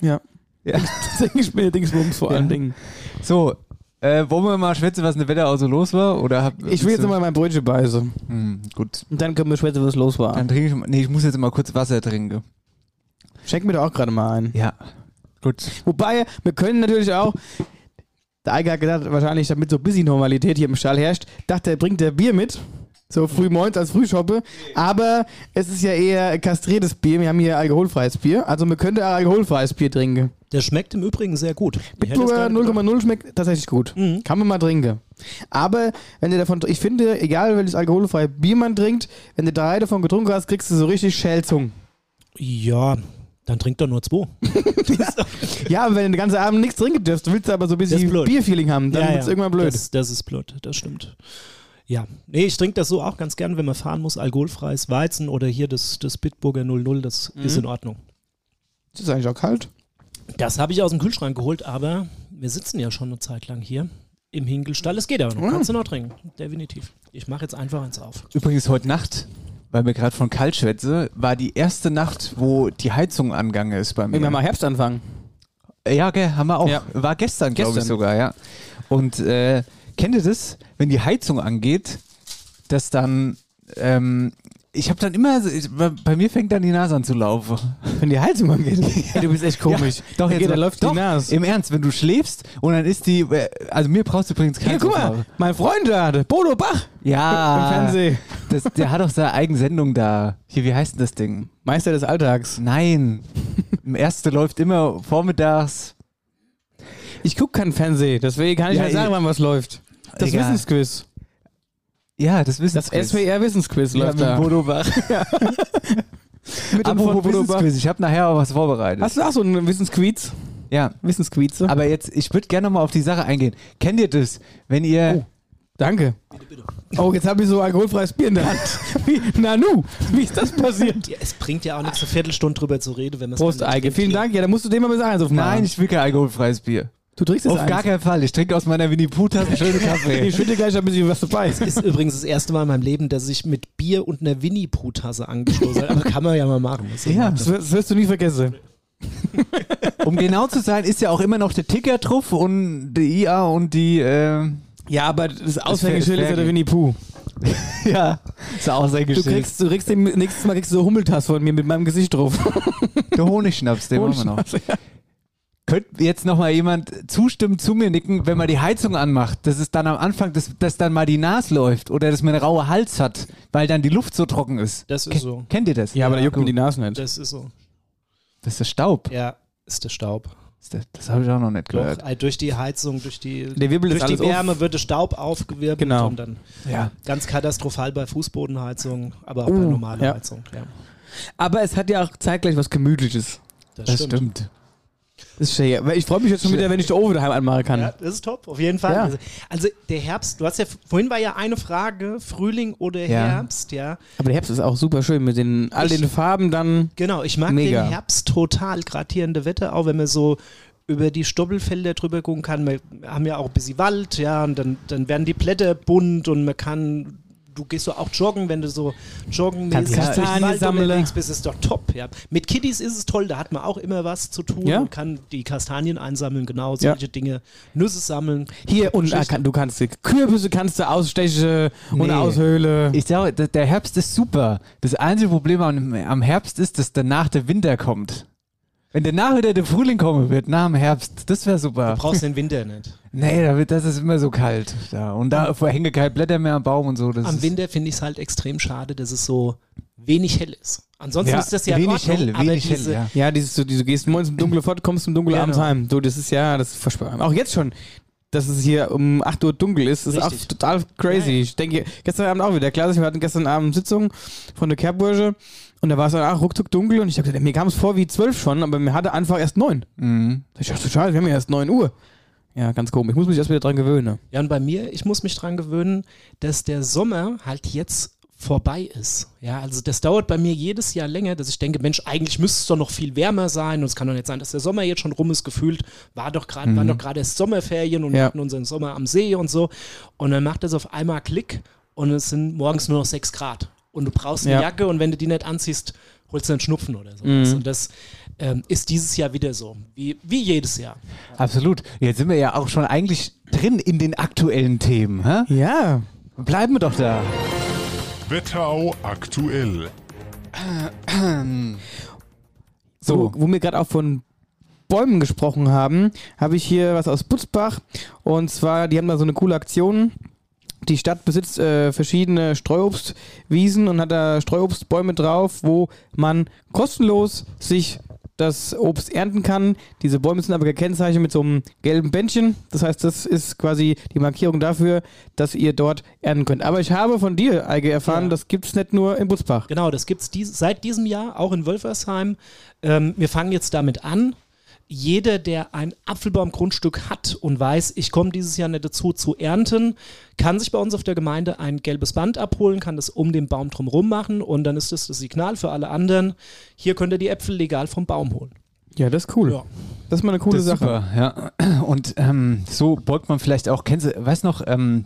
Ja. [laughs] Ja. Sägespäne, Dingsbums vor allen Dingen. So, äh, wollen wir mal schwätzen, was in der Wetterau so los war? Oder hab, Ich will jetzt nochmal mein Brötchen beißen. Hm, gut. Und dann können wir schwätzen, was los war. Dann trinke ich mal. Nee, ich muss jetzt mal kurz Wasser trinken. Schenk mir doch auch gerade mal ein. Ja. Gut. Wobei, wir können natürlich auch. Der Eiger hat gedacht, wahrscheinlich, damit so ein bisschen Normalität hier im Stall herrscht, dachte er, bringt der Bier mit. So früh morgens als Frühschoppe. Aber es ist ja eher kastriertes Bier. Wir haben hier alkoholfreies Bier. Also, man könnte auch alkoholfreies Bier trinken. Der schmeckt im Übrigen sehr gut. Ich hätte es Bitburger gar nicht gedacht. 0,0 schmeckt tatsächlich gut. Mhm. Kann man mal trinken. Aber wenn du davon, ich finde, egal welches alkoholfreie Bier man trinkt, wenn du drei davon getrunken hast, kriegst du so richtig Schälzung. Ja, dann trinkt doch nur zwei. Ja, aber wenn du den ganzen Abend nichts trinken dürfst, du willst aber so ein Das bisschen ist blöd. Bierfeeling haben, dann Ja, wird's ja. irgendwann blöd. Das, das ist blöd, das stimmt. Ja, nee, ich trinke das so auch ganz gern, wenn man fahren muss. Alkoholfreies Weizen oder hier das, das Bitburger 00, das ist in Ordnung. Das ist eigentlich auch kalt. Das habe ich aus dem Kühlschrank geholt, aber wir sitzen ja schon eine Zeit lang hier im Hinkelstall. Es geht aber noch. Kannst du noch trinken. Definitiv. Ich mache jetzt einfach eins auf. Übrigens heute Nacht, weil wir gerade von kalt schwätze, war die erste Nacht, wo die Heizung angange ist bei mir. Wenn wir mal Herbst anfangen. Ja, gell, haben wir auch. Ja. War gestern, glaube ich Gestern. sogar, ja. Und äh, kennt ihr das, wenn die Heizung angeht, dass dann, ähm, ich habe dann immer, so- ich, bei- bei mir fängt dann die Nase an zu laufen. Wenn die Heizung [laughs] angeht. Ey, du bist echt komisch. Ja, doch, jetzt Also, da mal- läuft doch, die Nase. Im Ernst, wenn du schläfst und dann ist die, äh, also mir brauchst du übrigens keine Hier, guck mal, Ah. Heizungsfarbe. mein Freund da, der Bodo Bach Ja, [laughs] im Fernsehen. Das, der hat auch seine eigene Sendung da. Hier, wie heißt denn das Ding? Meister des Alltags. [laughs] Nein. Im Erste läuft immer vormittags. Ich guck kein Fernsehen, deswegen kann ich Ja, nicht sagen, ich- wann was läuft. Das Egal. Wissensquiz. Ja, das wissen Das SWR-Wissensquiz ja, läuft mit da. Bodo Bach. Mit und Apropos von Wissensquiz. Wissensquiz, ich habe nachher auch was vorbereitet. Hast du auch so einen Wissensquiz? Ja, Wissensquiz? aber jetzt, ich würde gerne mal auf die Sache eingehen. Kennt ihr das, wenn ihr... Danke. Oh, jetzt habe ich so alkoholfreies Bier in der Hand. [laughs] Wie, Nanu, wie ist das passiert? Ja, es bringt ja auch nichts, eine Viertelstunde drüber zu reden, wenn man es Prost, dann nicht Eike. trinkt. Vielen Hier. Dank. Ja, da musst du dem mal bis eins aufmachen. Nein, ich will kein alkoholfreies Bier. du trinkst jetzt Auf eins. gar keinen Fall. Ich trinke aus meiner Winnie-Pooh-Tasse schönen [laughs] Ich Kaffee. schütte gleich ein bisschen was dabei. Ist übrigens das erste Mal in meinem Leben, dass ich mit Bier und einer Winnie-Pooh-Tasse angestoßen habe. Aber kann man ja mal machen. Ist in Ja. Ordnung. Das wirst, das wirst du nie vergessen. um genau zu sein, ist ja auch immer noch der Ticker drauf und die IA und die... Äh, Ja, aber das Aushängeschild ist ja der Winnie [laughs] Pooh. ja, ist auch sehr Du geschickt. kriegst, du kriegst dem, nächstes Mal kriegst du so Hummeltass von mir mit meinem Gesicht drauf. Der Honigschnaps, den machen wir noch. Könnte jetzt nochmal jemand zustimmen, zu mir nicken, wenn man die Heizung anmacht, dass es dann am Anfang, dass, dass dann mal die Nase läuft oder dass man einen rauen Hals hat, weil dann die Luft so trocken ist. Das ist so. Kennt ihr das? Ja, aber da juckt mir gut. die halt. Nase nicht. Das ist so. Das ist der Staub. Ja, ist der Staub. Das, das habe ich auch noch nicht Doch, gehört. äh, durch die Heizung, durch die, Der Wirbel durch ist die alles auf. Wärme wird der Staub aufgewirbelt Genau. und dann Ja. ganz katastrophal bei Fußbodenheizung, aber auch bei Oh, normaler ja. Heizung. Ja, Aber es hat ja auch zeitgleich was Gemütliches. das, Das stimmt. stimmt. Das ist schön. ja. Weil Ich freue mich jetzt schon wieder, wenn ich die Ofen daheim anmachen kann. Ja, das ist top, auf jeden Fall. Ja. Also, also der Herbst, du hast ja, vorhin war ja eine Frage, Frühling oder Ja. Herbst, ja. Aber der Herbst ist auch super schön mit den, all den Ich- Farben dann. Genau, ich mag Mega. den Herbst total, gerade hier in der Wetter, auch wenn man so über die Stoppelfelder drüber gucken kann. Wir haben ja auch ein bisschen Wald, ja, und dann, dann werden die Blätter bunt und man kann, du gehst so auch joggen, wenn du so Kannst joggenmäßig Kastanien durch den Wald sammeln. unterwegs bist, ist doch top, ja. Mit Kiddies ist es toll, da hat man auch immer was zu tun Ja. und kann die Kastanien einsammeln, genau, Ja. solche Dinge, Nüsse sammeln. Hier und Schicht. ah, kann, du kannst die Kürbisse kannst du ausstechen und Nee. aushöhlen. Ich sage, der- der Herbst ist super. Das einzige Problem am, am Herbst ist, dass danach der Winter kommt. Wenn danach wieder der Frühling kommen wird, nach dem Herbst, das wäre super. Du brauchst den Winter nicht. Nee, da wird, das ist immer so kalt. Da. Und da hängen keine Blätter mehr am Baum und so. Das Am ist, Winter finde ich es halt extrem schade, dass es so wenig hell ist. Ansonsten Ja, ist das ja in wenig Ordnung, hell, aber wenig diese- hell, ja. Ja, dieses, so, diese, du gehst morgens im Dunkeln fort, kommst im Dunkeln Genau. abends heim. So, das ist ja, das ist furchtbar. Auch jetzt schon, dass es hier um 8 Uhr dunkel ist, ist auch Richtig. total crazy. Ja, ja. Ich denke, gestern Abend auch wieder. Klar, wir hatten gestern Abend Sitzung von der Kerbbursche und da war es dann auch ruckzuck dunkel und ich dachte, mir kam es vor wie 12 schon, aber mir hatte Anfang erst 9. Mhm. Ich dachte, scheiße, wir haben ja erst 9 Uhr. Ja, ganz komisch. Ich muss mich erst wieder dran gewöhnen. ne? Ja, und bei mir, ich muss mich dran gewöhnen, dass der Sommer halt jetzt vorbei ist. Ja, also das dauert bei mir jedes Jahr länger, dass ich denke, Mensch, eigentlich müsste es doch noch viel wärmer sein und es kann doch nicht sein, dass der Sommer jetzt schon rum ist, gefühlt war doch gerade, waren doch gerade erst Sommerferien und Mhm. Ja. wir hatten unseren Sommer am See und so und dann macht das auf einmal Klick und es sind morgens nur noch 6 Grad und du brauchst eine Ja. Mhm. Jacke und wenn du die nicht anziehst, holst du einen Schnupfen oder sowas und das ähm, ist dieses Jahr wieder so, wie, wie jedes Jahr. Absolut. Jetzt sind wir ja auch schon eigentlich drin in den aktuellen Themen. Hä? Ja. Bleiben wir doch da. Wetterau aktuell. So, wo, wo wir gerade auch von Bäumen gesprochen haben, habe ich hier was aus Butzbach. Und zwar, die haben da so eine coole Aktion. Die Stadt besitzt äh, verschiedene Streuobstwiesen und hat da Streuobstbäume drauf, wo man kostenlos sich das Obst ernten kann. Diese Bäume sind aber gekennzeichnet mit so einem gelben Bändchen. Das heißt, das ist quasi die Markierung dafür, dass ihr dort ernten könnt. Aber ich habe von dir, Eike, erfahren, Ja. das gibt es nicht nur in Butzbach. Genau, das gibt es dies, seit diesem Jahr auch in Wölfersheim. Ähm, wir fangen jetzt damit an. Jeder, der ein Apfelbaumgrundstück hat und weiß, ich komme dieses Jahr nicht dazu zu ernten, kann sich bei uns auf der Gemeinde ein gelbes Band abholen, kann das um den Baum drumherum machen und dann ist das das Signal für alle anderen, hier könnt ihr die Äpfel legal vom Baum holen. Ja, das ist cool. Ja. Das ist mal eine coole Das ist Sache. Super, ja. Und ähm, so beugt man vielleicht auch, kennst du, weißt noch, ähm,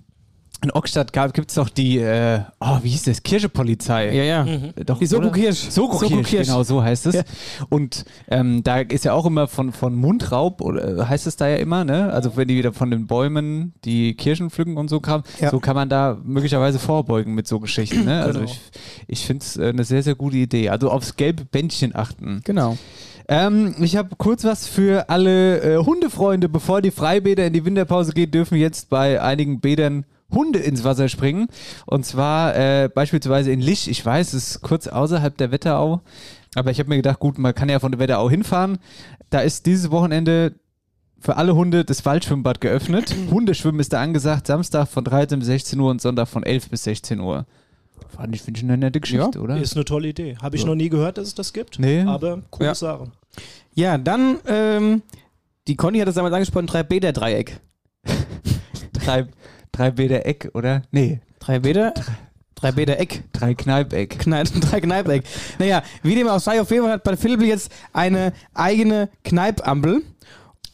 in Ockstadt gibt es doch die, äh, oh, wie hieß das, Kirchepolizei. Ja, ja. Doch, Die Soko oder? Kirsch. Soko, Soko Kirsch, Kirsch. genau so heißt es. Ja. Und ähm, da ist ja auch immer von, von Mundraub, oder äh, heißt es da ja immer, ne? Also wenn die wieder von den Bäumen die Kirschen pflücken und so kam, Ja. so kann man da möglicherweise vorbeugen mit so Geschichten, ne? Also Genau. ich, ich finde es äh, eine sehr, sehr gute Idee. Also aufs gelbe Bändchen achten. Genau. Ähm, ich habe kurz was für alle äh, Hundefreunde. Bevor die Freibäder in die Winterpause geht, dürfen jetzt bei einigen Bädern Hunde ins Wasser springen. Und zwar äh, beispielsweise in Lich. Ich weiß, es ist kurz außerhalb der Wetterau. Aber ich habe mir gedacht, gut, man kann ja von der Wetterau hinfahren. Da ist dieses Wochenende für alle Hunde das Waldschwimmbad geöffnet. Hundeschwimmen ist da angesagt. Samstag von 13 bis 16 Uhr und Sonntag von 11 bis 16 Uhr. Fand ich, finde ich eine nette Geschichte, oder? Ist eine tolle Idee. Habe ich noch nie gehört, dass es das gibt, Nee. aber coole Ja. Sache. Ja, dann, ähm, die Conny hat es damals angesprochen, 3B-Dreieck. Drei, drei Bäder Eck, oder? Nee, 3B-Dreieck? 3B-Dreieck. drei Kneipeck. Kneipp, [laughs] drei Kneipeck. Naja, wie dem auch sei, auf jeden Fall hat Bad Vilbel jetzt eine eigene Kneipampel.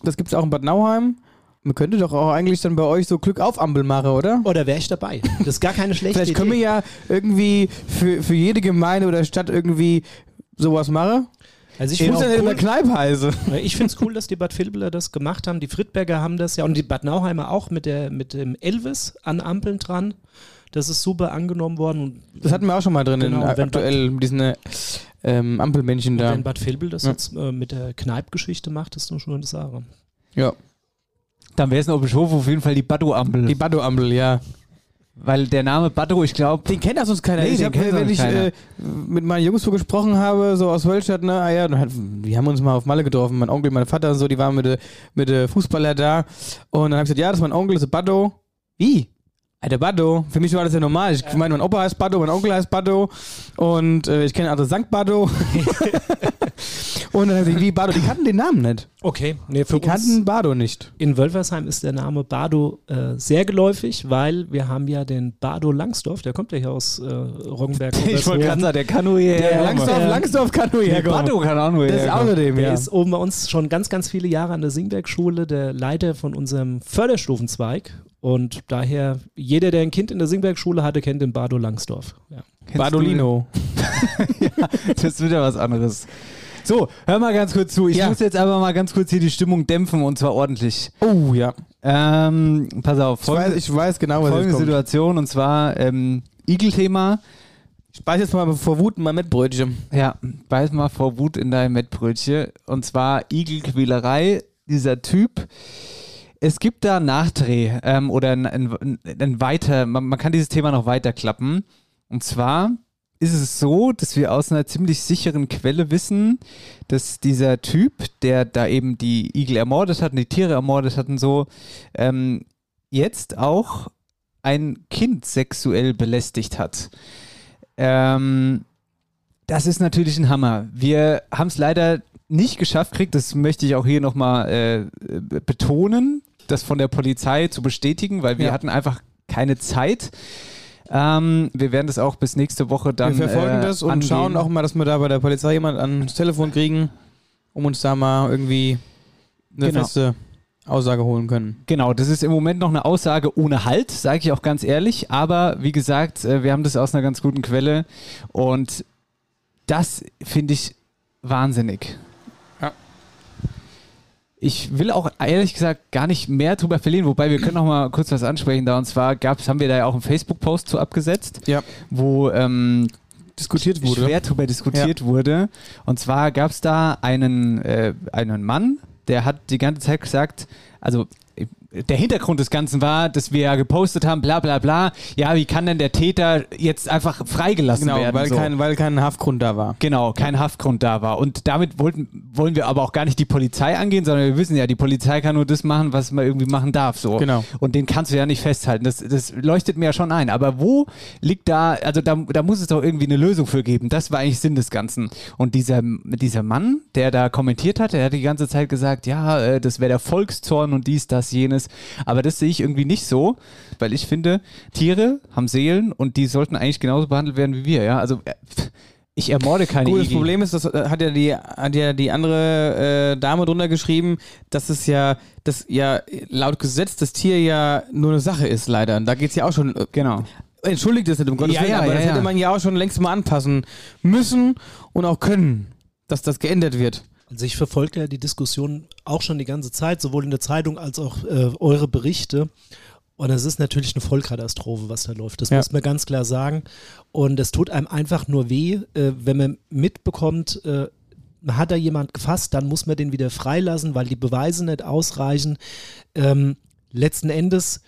Das gibt es auch in Bad Nauheim. Man könnte doch auch eigentlich dann bei euch so Glück auf Ampel machen, oder? Oder wäre ich dabei? Das ist gar keine schlechte Vielleicht Idee. können wir ja irgendwie für, für jede Gemeinde oder Stadt irgendwie sowas machen. also ich Ich finde muss ja auch nicht cool. immer Kneipe heißen. Äh, Ich finde es cool, dass die Bad Vilbeler das gemacht haben. Die Friedberger haben das ja und die Bad Nauheimer auch mit, der, mit dem Elvis an Ampeln dran. Das ist super angenommen worden. Und Das hatten wir auch schon mal drin, Genau, in, wenn aktuell mit diesen äh, ähm, Ampelmännchen da. wenn Bad Vilbel das Ja. jetzt äh, mit der Kneipgeschichte macht, ist eine schöne Sache. Ja. Dann wäre es in Obischhof auf jeden Fall die Baddo-Ampel. Die Baddo-Ampel, ja. Weil der Name Baddo, ich [laughs] glaube, Den kennt auch sonst keiner. Nee, ich den hab, kennt wenn sonst ich keiner. äh, mit meinen Jungs so gesprochen habe, so aus Wölstadt, ne, ah ja, dann hat, die haben uns mal auf Malle getroffen, mein Onkel, mein Vater und so, die waren mit, äh, mit äh, Fußballer da. Und dann habe ich gesagt, ja, das ist mein Onkel, das ist Baddo. Wie? Alter Baddo. Für mich war das ja normal. Ich meine, mein Opa heißt Baddo, mein Onkel heißt Baddo und äh, ich kenne also Sankt [laughs] Baddo. [laughs] und dann habe ich gesagt, wie Baddo? Die kannten den Namen nicht. Okay, nee, für Die uns kannten Baddo nicht. in Wölfersheim ist der Name Bardo äh, sehr geläufig, weil wir haben ja den Bardo Langsdorf, der kommt ja hier aus [laughs] äh, Roggenberg. [laughs] Obersthofen. sagen, der kann nur hierher. Ja, Der Langsdorf, Ja. Langsdorf kann nur herkommen. Baddo kann auch nur Das ist hierher. kommen. außerdem, Der ja. ist oben bei uns schon ganz, ganz viele Jahre an der Singberg-Schule, der Leiter von unserem Förderstufenzweig. Und daher, jeder, der ein Kind in der Singberg-Schule hatte, kennt den Bardo Langsdorf. Ja. Kennst du Badolino. den? Das ist wieder was anderes. So, hör mal ganz kurz zu. Ich Ja. muss jetzt aber mal ganz kurz hier die Stimmung dämpfen und zwar ordentlich. Oh ja. Ähm, pass auf, Ich weiß, folgende, ich weiß genau, was jetzt folgende kommt. Situation und zwar ähm, Igel-Thema. Ich beiß jetzt mal vor Wut mal mit Brötchen. Ja, beiß mal vor Wut in dein Mettbrötchen. Und zwar Igelquälerei, dieser Typ. Es gibt da einen Nachdreh ähm, oder ein, ein, ein weiter, man, man kann dieses Thema noch weiterklappen. Und zwar ist es so, dass wir aus einer ziemlich sicheren Quelle wissen, dass dieser Typ, der da eben die Igel ermordet hat und die Tiere ermordet hat und so, ähm, jetzt auch ein Kind sexuell belästigt hat. Ähm, das ist natürlich ein Hammer. Wir haben es leider nicht geschafft kriegt, das möchte ich auch hier nochmal äh, äh, betonen, das von der Polizei zu bestätigen, weil wir Ja. hatten einfach keine Zeit. Ähm, wir werden das auch bis nächste Woche dann wir verfolgen äh, das und angehen. schauen auch mal, dass wir da bei der Polizei jemand ans Telefon kriegen, um uns da mal irgendwie eine Genau. feste Aussage holen können. Genau, das ist im Moment noch eine Aussage ohne Halt, sage ich auch ganz ehrlich. Aber wie gesagt, äh, wir haben das aus einer ganz guten Quelle und das finde ich wahnsinnig. Ich will auch ehrlich gesagt gar nicht mehr drüber verlieren, wobei wir können noch mal kurz was ansprechen da. Und zwar gab's, haben wir da ja auch einen Facebook-Post zu abgesetzt, ja. wo ähm, diskutiert wurde. schwer drüber diskutiert wurde. Und zwar gab es da einen, äh, einen Mann, der hat die ganze Zeit gesagt, also äh, der Hintergrund des Ganzen war, dass wir ja gepostet haben, bla bla bla, ja, wie kann denn der Täter jetzt einfach freigelassen Genau, werden? weil, so. kein, weil kein Haftgrund da war. Genau, kein Haftgrund da war. Und damit wollten, wollen wir aber auch gar nicht die Polizei angehen, sondern wir wissen ja, die Polizei kann nur das machen, was man irgendwie machen darf. So. Genau. Und den kannst du ja nicht festhalten. Das, das leuchtet mir ja schon ein. Aber wo liegt da, also da, da muss es doch irgendwie eine Lösung für geben. Das war eigentlich Sinn des Ganzen. Und dieser, dieser Mann, der da kommentiert hat, der hat die ganze Zeit gesagt, ja, äh, das wäre der Volkszorn und dies, das, jenes. Aber das sehe ich irgendwie nicht so, weil ich finde, Tiere haben Seelen und die sollten eigentlich genauso behandelt werden wie wir. Ja? Also äh, pff, ich ermorde keine Gut, das Igel. Problem ist, das äh, hat ja die, hat ja die andere äh, Dame drunter geschrieben, dass es ja, dass ja laut Gesetz das Tier ja nur eine Sache ist, leider. Und da geht es ja auch schon. äh, Genau. Entschuldigt das nicht, um Gottes Ja, Willen, ja, aber ja, das ja. hätte man ja auch schon längst mal anpassen müssen und auch können, dass das geändert wird. Also ich verfolge ja die Diskussion auch schon die ganze Zeit, sowohl in der Zeitung als auch äh, eure Berichte. Und es ist natürlich eine Vollkatastrophe, was da läuft. Das Ja. muss man ganz klar sagen. Und es tut einem einfach nur weh, äh, wenn man mitbekommt, äh, hat da jemand gefasst, dann muss man den wieder freilassen, weil die Beweise nicht ausreichen. Ähm, letzten Endes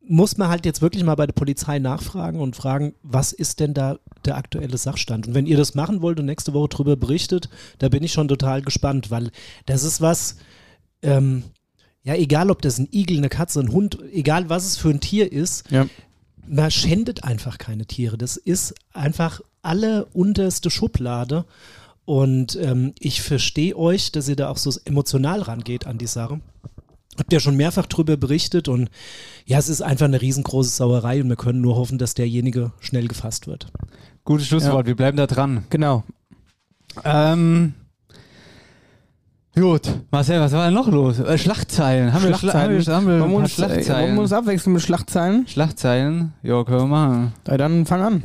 muss man halt jetzt wirklich mal bei der Polizei nachfragen und fragen, was ist denn da der aktuelle Sachstand? Und wenn ihr das machen wollt und nächste Woche darüber berichtet, da bin ich schon total gespannt, weil das ist was, ähm, ja, egal ob das ein Igel, eine Katze, ein Hund, egal was es für ein Tier ist, Ja. man schändet einfach keine Tiere. Das ist einfach alle unterste Schublade. Und ähm, ich verstehe euch, dass ihr da auch so emotional rangeht an die Sache. Habt ja schon mehrfach drüber berichtet und ja, es ist einfach eine riesengroße Sauerei und wir können nur hoffen, dass derjenige schnell gefasst wird. Gutes Schlusswort, wir bleiben da dran. Genau. Ähm, gut, Marcel, was war denn noch los? Äh, Schlachtzeilen. Haben wir Schlachtzeilen. Schla haben wir, haben wollen, wir wir ein paar uns, äh, wollen wir Schlachtzeilen? uns abwechseln mit Schlachtzeilen? Schlachtzeilen? Ja, können wir machen. Na, dann fang an.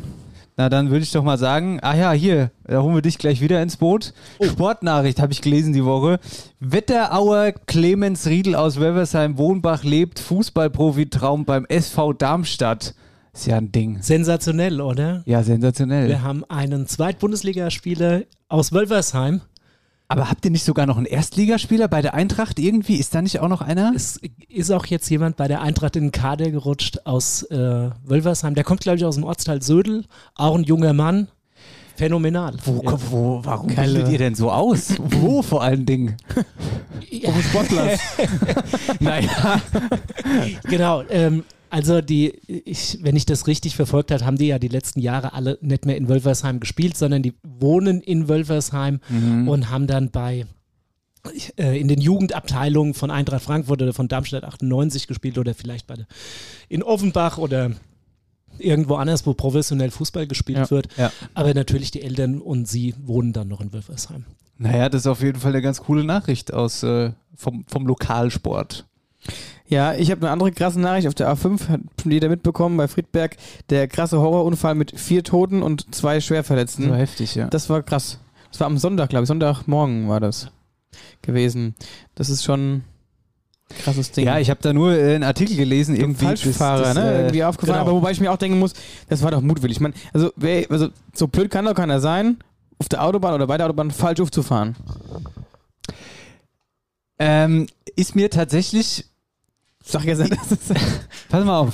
Na, dann würde ich doch mal sagen, ah ja, hier, da holen wir dich gleich wieder ins Boot. Sportnachricht habe ich gelesen die Woche. Wetterauer Clemens Riedel aus Weversheim-Wohnbach lebt Fußballprofi-Traum beim SV Darmstadt. Ist ja ein Ding. Sensationell, oder? Ja, sensationell. Wir haben einen Zweitbundesligaspieler aus Wölversheim. Aber habt ihr nicht sogar noch einen Erstligaspieler bei der Eintracht irgendwie? Ist da nicht auch noch einer? Es ist auch jetzt jemand bei der Eintracht in den Kader gerutscht aus äh, Wölversheim. Der kommt, glaube ich, aus dem Ortsteil Södel. Auch ein junger Mann. Phänomenal. Wo, Ja. wo, warum Keine- bildet ihr denn so aus? [laughs] Wo vor allen Dingen? Um Sportlers. [laughs] Naja, genau. Ähm, also die, ich, wenn ich das richtig verfolgt habe, haben die ja die letzten Jahre alle nicht mehr in Wölfersheim gespielt, sondern die wohnen in Wölfersheim und haben dann bei äh, in den Jugendabteilungen von Eintracht Frankfurt oder von Darmstadt 98 gespielt oder vielleicht bei der, in Offenbach oder irgendwo anders, wo professionell Fußball gespielt Ja, wird. ja. Aber natürlich die Eltern und sie wohnen dann noch in Wölfersheim. naja, das ist auf jeden Fall eine ganz coole Nachricht aus äh, vom, vom Lokalsport. Ja, ich habe eine andere krasse Nachricht auf der A5, hat schon jeder mitbekommen, bei Friedberg, der krasse Horrorunfall mit vier Toten und zwei Schwerverletzten. So heftig, ja. Das war krass. Das war am Sonntag, glaube ich. Sonntagmorgen war das gewesen. Das ist schon ein krasses Ding. Ja, ich habe da nur äh, einen Artikel gelesen, irgendwie. Falschfahrer, das- das, ne? äh, irgendwie aufgefallen. genau. Aber wobei ich mir auch denken muss, das war doch mutwillig. Man, also, wer, also, so blöd kann doch keiner sein, auf der Autobahn oder bei der Autobahn falsch aufzufahren. Ähm, ist mir tatsächlich Sag ja, das ist. [laughs] Pass mal auf.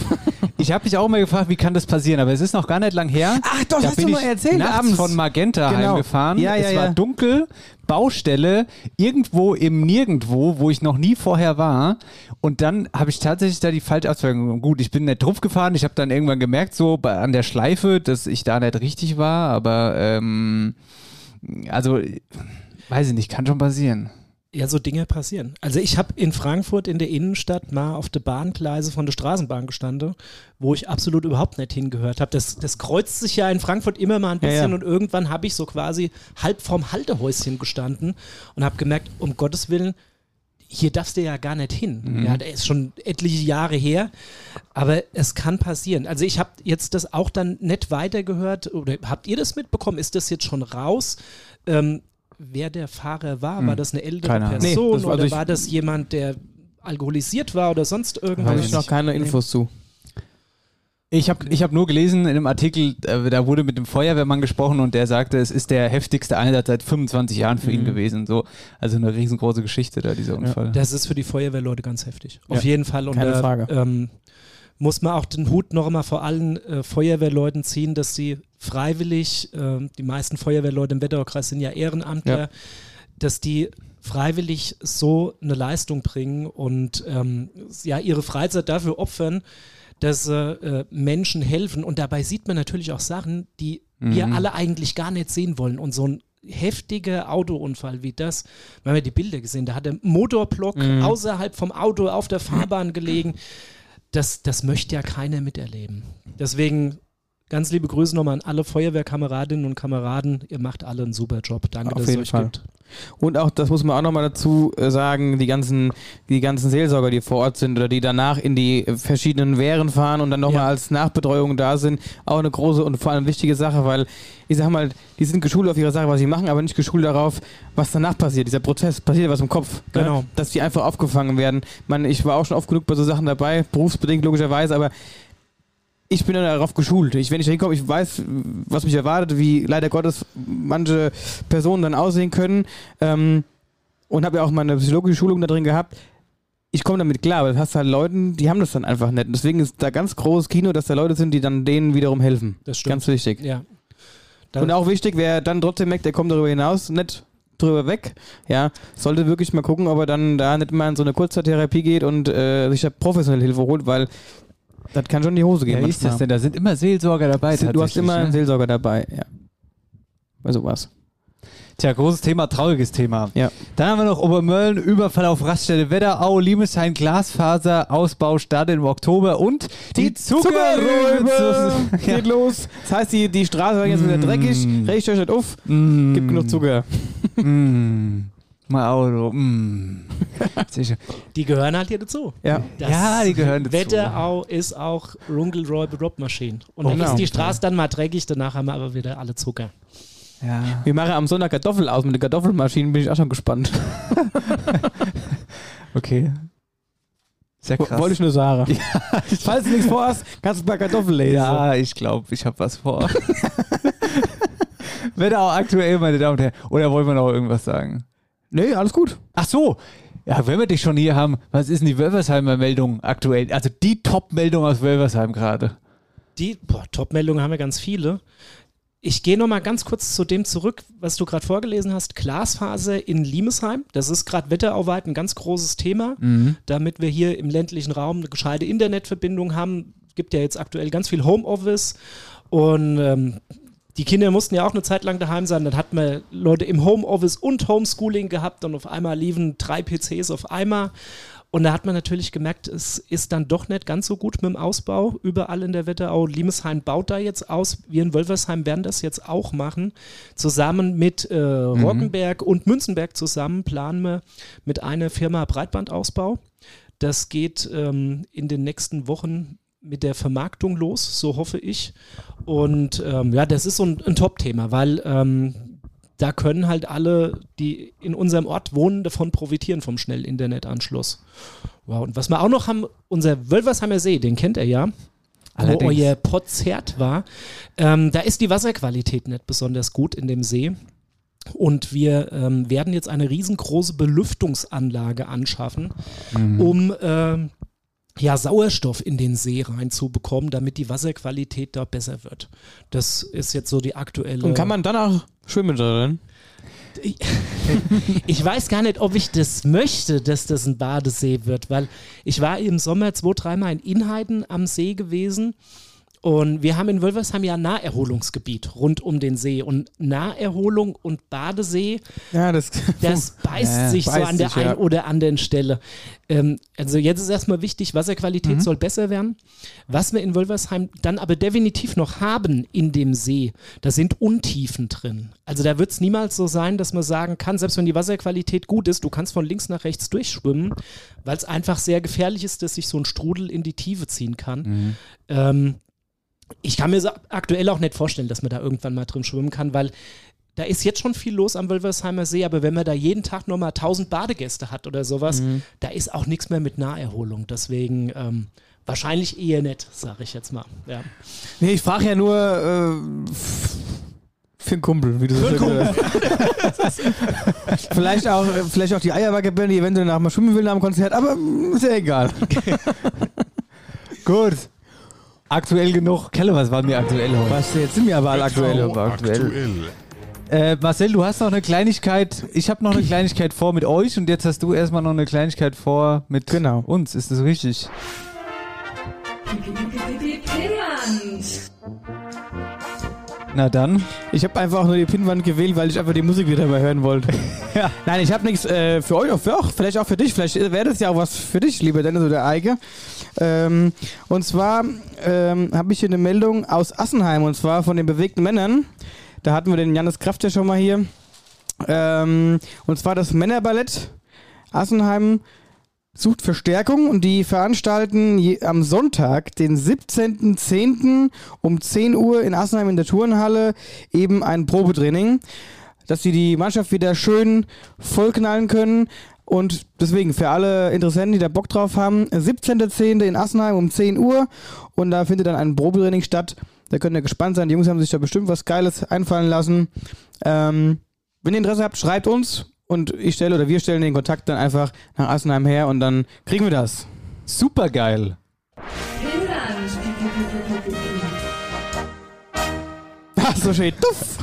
Ich habe mich auch mal gefragt, wie kann das passieren, aber es ist noch gar nicht lang her. Ach doch, da hast bin du mal ich erzählt, nachts abends. von Magenta Genau. heimgefahren. Ja, ja, es ja. war dunkel, Baustelle, irgendwo im Nirgendwo, wo ich noch nie vorher war. Und dann habe ich tatsächlich da die falsche Abzweigung. Gut, ich bin nicht drauf gefahren. Ich habe dann irgendwann gemerkt, so bei, an der Schleife, dass ich da nicht richtig war. Aber ähm, also, weiß ich nicht, kann schon passieren. Ja, so Dinge passieren. Also ich habe in Frankfurt in der Innenstadt mal auf der Bahngleise von der Straßenbahn gestanden, wo ich absolut überhaupt nicht hingehört habe. Das, das kreuzt sich ja in Frankfurt immer mal ein Ja, bisschen ja. und irgendwann habe ich so quasi halb vorm Haltehäuschen gestanden und habe gemerkt, um Gottes Willen, hier darfst du ja gar nicht hin. Mhm. Ja, das ist schon etliche Jahre her, aber es kann passieren. Also ich habe jetzt das auch dann nicht weitergehört oder habt ihr das mitbekommen? Ist das jetzt schon raus? Ähm, wer der Fahrer war. War das eine ältere Hm. Keine Ahnung. Nee, Person das war- also oder ich- war das jemand, der alkoholisiert war oder sonst irgendwas? ich noch keine Infos zu. Ich habe ich hab nur gelesen in einem Artikel, äh, da wurde mit dem Feuerwehrmann gesprochen und der sagte, es ist der heftigste Einsatz seit 25 Jahren für ihn Mhm. gewesen. So, also eine riesengroße Geschichte da, dieser Unfall. Das ist für die Feuerwehrleute ganz heftig. Auf Ja. jeden Fall. Und Keine da, Frage. Ähm, muss man auch den Hut noch einmal vor allen äh, Feuerwehrleuten ziehen, dass sie freiwillig, ähm, die meisten Feuerwehrleute im Wetteraukreis sind ja Ehrenamtler, Ja. dass die freiwillig so eine Leistung bringen und ähm, ja ihre Freizeit dafür opfern, dass sie, äh, Menschen helfen. Und dabei sieht man natürlich auch Sachen, die wir Mhm. alle eigentlich gar nicht sehen wollen. Und so ein heftiger Autounfall wie das, wir haben ja die Bilder gesehen, da hat der Motorblock Mhm. außerhalb vom Auto auf der Fahrbahn gelegen. Das, das möchte ja keiner miterleben. Deswegen ganz liebe Grüße nochmal an alle Feuerwehrkameradinnen und Kameraden. Ihr macht alle einen super Job. Danke, dass Auf es jeden euch Fall. gibt. Und auch, das muss man auch nochmal dazu äh, sagen, die ganzen, die ganzen Seelsorger, die vor Ort sind oder die danach in die äh, verschiedenen Wehren fahren und dann nochmal als Nachbetreuung da sind, auch eine große und vor allem wichtige Sache, weil ich sag mal, die sind geschult auf ihre Sache, was sie machen, aber nicht geschult darauf, was danach passiert. Dieser Prozess, passiert was im Kopf. Genau. Ne? Dass die einfach aufgefangen werden. Man, ich war auch schon oft genug bei so Sachen dabei, berufsbedingt logischerweise, aber ich bin darauf geschult. Ich, wenn ich hinkomme, ich weiß, was mich erwartet, wie leider Gottes manche Personen dann aussehen können. Ähm, und habe ja auch meine psychologische Schulung da drin gehabt. Ich komme damit klar, aber du hast halt Leuten, die haben das dann einfach nicht. Und deswegen ist da ganz großes Kino, dass da Leute sind, die dann denen wiederum helfen. Das stimmt. Ganz wichtig. Ja. und auch wichtig, wer dann trotzdem merkt, der kommt darüber hinaus, nicht drüber weg, ja, sollte wirklich mal gucken, ob er dann da nicht mal in so eine Kurzzeittherapie geht und äh, sich da professionelle Hilfe holt, weil das kann schon in die Hose gehen. Ja, wie ist manchmal. das denn? Da sind immer Seelsorger dabei. Sind- Du hast tatsächlich, immer ne? einen Seelsorger dabei, ja. Also Bei sowas. Tja, großes Thema, trauriges Thema. Ja. Dann haben wir noch Obermölln, Überfall auf Raststelle Wetterau, Liemesheim, Glasfaser, Ausbau startet im Oktober und die, Zuckerrübe [laughs] Zuckerrübe. geht los. Das heißt, die, die Straße war jetzt wieder dreckig. Regt euch nicht auf. [laughs] Gibt genug Zucker. Mm. Mein Auto. [laughs] Mm. Sicher. Die gehören halt hier dazu. Ja. Ja, die gehören dazu. ne? Wetterau ist auch Rungelroy Drop Machine. Und Oh, dann genau. ist die Straße dann mal dreckig, danach haben wir aber wieder alle Zucker. Ja. Wir machen am Sonntag Kartoffeln aus mit den Kartoffelmaschinen. Bin ich auch schon gespannt. Okay. Sehr Wo- krass. Wollte ich nur sagen. Falls du nichts vorhast, kannst du ein paar Kartoffeln lesen. ja, ich glaube, ich habe was [laughs] vor. [laughs] Wetterau aktuell, meine Damen und Herren. Oder wollen wir noch irgendwas sagen? Nee, alles gut. Ach so. Ja, wenn wir dich schon hier haben, was ist denn die Wölversheimer Meldung aktuell? Also die Top-Meldung aus Wölversheim gerade. Die boah, Top-Meldungen haben wir ganz viele. Ich gehe noch mal ganz kurz zu dem zurück, was du gerade vorgelesen hast. Glasfaser in Limesheim. Das ist gerade wetterauweit ein ganz großes Thema, Mhm. damit wir hier im ländlichen Raum eine gescheite Internetverbindung haben. Gibt ja jetzt aktuell ganz viel Homeoffice und ähm, die Kinder mussten ja auch eine Zeit lang daheim sein. Dann hat man Leute im Homeoffice und Homeschooling gehabt und auf einmal liefen drei PCs auf einmal. Und da hat man natürlich gemerkt, es ist dann doch nicht ganz so gut mit dem Ausbau überall in der Wetterau. Limesheim baut da jetzt aus. Wir in Wölversheim werden das jetzt auch machen. Zusammen mit äh, Roggenberg und Münzenberg zusammen planen wir mit einer Firma Breitbandausbau. Das geht ähm, in den nächsten Wochen mit der Vermarktung los, so hoffe ich. Und ähm, ja, das ist so ein, ein Top-Thema, weil ähm, da können halt alle, die in unserem Ort wohnen, davon profitieren vom schnellen Internetanschluss. Wow, und was wir auch noch haben, unser Wölversheimer See, den kennt er ja. Wo Allerdings. euer Potzert war, ähm, da ist die Wasserqualität nicht besonders gut in dem See. Und wir ähm, werden jetzt eine riesengroße Belüftungsanlage anschaffen, um ähm, ja, Sauerstoff in den See reinzubekommen, damit die Wasserqualität da besser wird. Das ist jetzt so die aktuelle. Und kann man dann auch schwimmen drin? ich weiß gar nicht, ob ich das möchte, dass das ein Badesee wird, weil ich war im Sommer zwei, dreimal in Inheiden am See gewesen. Und wir haben in Wölversheim ja ein Naherholungsgebiet rund um den See. Und Naherholung und Badesee, Ja, [laughs] das, [laughs] das beißt Ja, sich so beißt an der sich, ja. einen oder anderen Stelle. Ähm, also jetzt ist erstmal wichtig, Wasserqualität Mhm. soll besser werden. Was wir in Wölversheim dann aber definitiv noch haben in dem See, da sind Untiefen drin. Also da wird es niemals so sein, dass man sagen kann, selbst wenn die Wasserqualität gut ist, du kannst von links nach rechts durchschwimmen, weil es einfach sehr gefährlich ist, dass sich so ein Strudel in die Tiefe ziehen kann. Mhm. Ähm, ich kann mir so aktuell auch nicht vorstellen, dass man da irgendwann mal drin schwimmen kann, weil da ist jetzt schon viel los am Wölversheimer See, aber wenn man da jeden Tag nochmal 1000 Badegäste hat oder sowas, Mhm. da ist auch nichts mehr mit Naherholung. Deswegen ähm, wahrscheinlich eher nett, sage ich jetzt mal. Ja. Nee, ich frage ja nur äh, f- für einen Kumpel, wie du so Für schön einen gesagt hast. [laughs] vielleicht, auch, vielleicht auch die Eierbacke-Bände, die eventuell nachher mal schwimmen will nach dem Konzert, aber mm, ist ja egal. Gut. Aktuell genug. Kelle, was war mir aktuell heute? Was, jetzt sind wir aber alle aktuell. Äh, Marcel, du hast noch eine Kleinigkeit. Ich habe noch eine Kleinigkeit vor mit euch und jetzt hast du erstmal noch eine Kleinigkeit vor mit uns. Ist das richtig? Pinnwand. Na dann. Ich habe einfach auch nur die Pinwand gewählt, weil ich einfach die Musik wieder mal hören wollte. Nein, ich habe nichts äh, für euch, auch für auch, vielleicht auch für dich. Vielleicht wäre das ja auch was für dich, lieber Dennis oder Eike. Ähm, und zwar ähm, habe ich hier eine Meldung aus Assenheim und zwar von den bewegten Männern. Da hatten wir den Janis Kraft ja schon mal hier. Ähm, und zwar das Männerballett Assenheim sucht Verstärkung und die veranstalten je, am Sonntag, den 17.10. um 10 Uhr in Assenheim in der Turnhalle eben ein Probetraining, dass sie die Mannschaft wieder schön vollknallen können. Und deswegen für alle Interessenten, die da Bock drauf haben, 17.10. in Assenheim um 10 Uhr und da findet dann ein Probetraining statt. Da könnt ihr gespannt sein. Die Jungs haben sich da bestimmt was Geiles einfallen lassen. Ähm, wenn ihr Interesse habt, schreibt uns und ich stelle oder wir stellen den Kontakt dann einfach nach Assenheim her und dann kriegen wir das. Super geil. Pinnwand. [laughs] Ach, so schön. Tuff.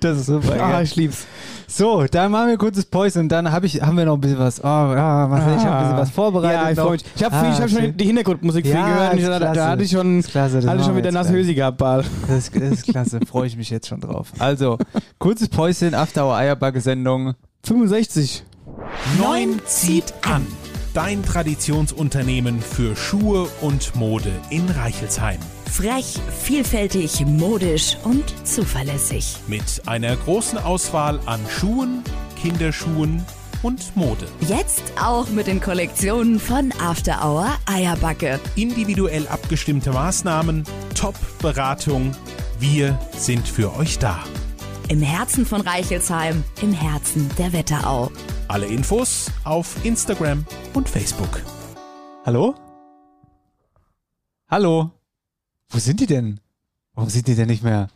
Das ist super. Ah, geil. ich lieb's. So, dann machen wir ein kurzes Pause und dann hab ich, haben wir noch ein bisschen was. Oh, ja, Marcel, ich habe ein bisschen was vorbereitet. Ah. Ja, ich noch. Ah, freue mich. Ich habe viel, ich hab schon schön. die Hintergrundmusik viel Ja, gehört. und ich- ist Da, klasse. da hatte ich schon, Ist klasse, das hatte ich machen schon wir wieder jetzt nasse gleich. Hösi gehabt, Bal. Das, das ist klasse, freue ich mich jetzt schon drauf. [laughs] Also, kurzes Päuschen, After Hour Eierbacke Sendung. 65. 9 zieht an. Dein Traditionsunternehmen für Schuhe und Mode in Reichelsheim. Frech, vielfältig, modisch und zuverlässig. Mit einer großen Auswahl an Schuhen, Kinderschuhen und Mode. Jetzt auch mit den Kollektionen von After Hour Eierbacke. Individuell abgestimmte Maßnahmen, Top-Beratung. Wir sind für euch da. Im Herzen von Reichelsheim, im Herzen der Wetterau. Alle Infos auf Instagram und Facebook. Hallo? Hallo? Wo sind die denn? Warum sind die denn nicht mehr?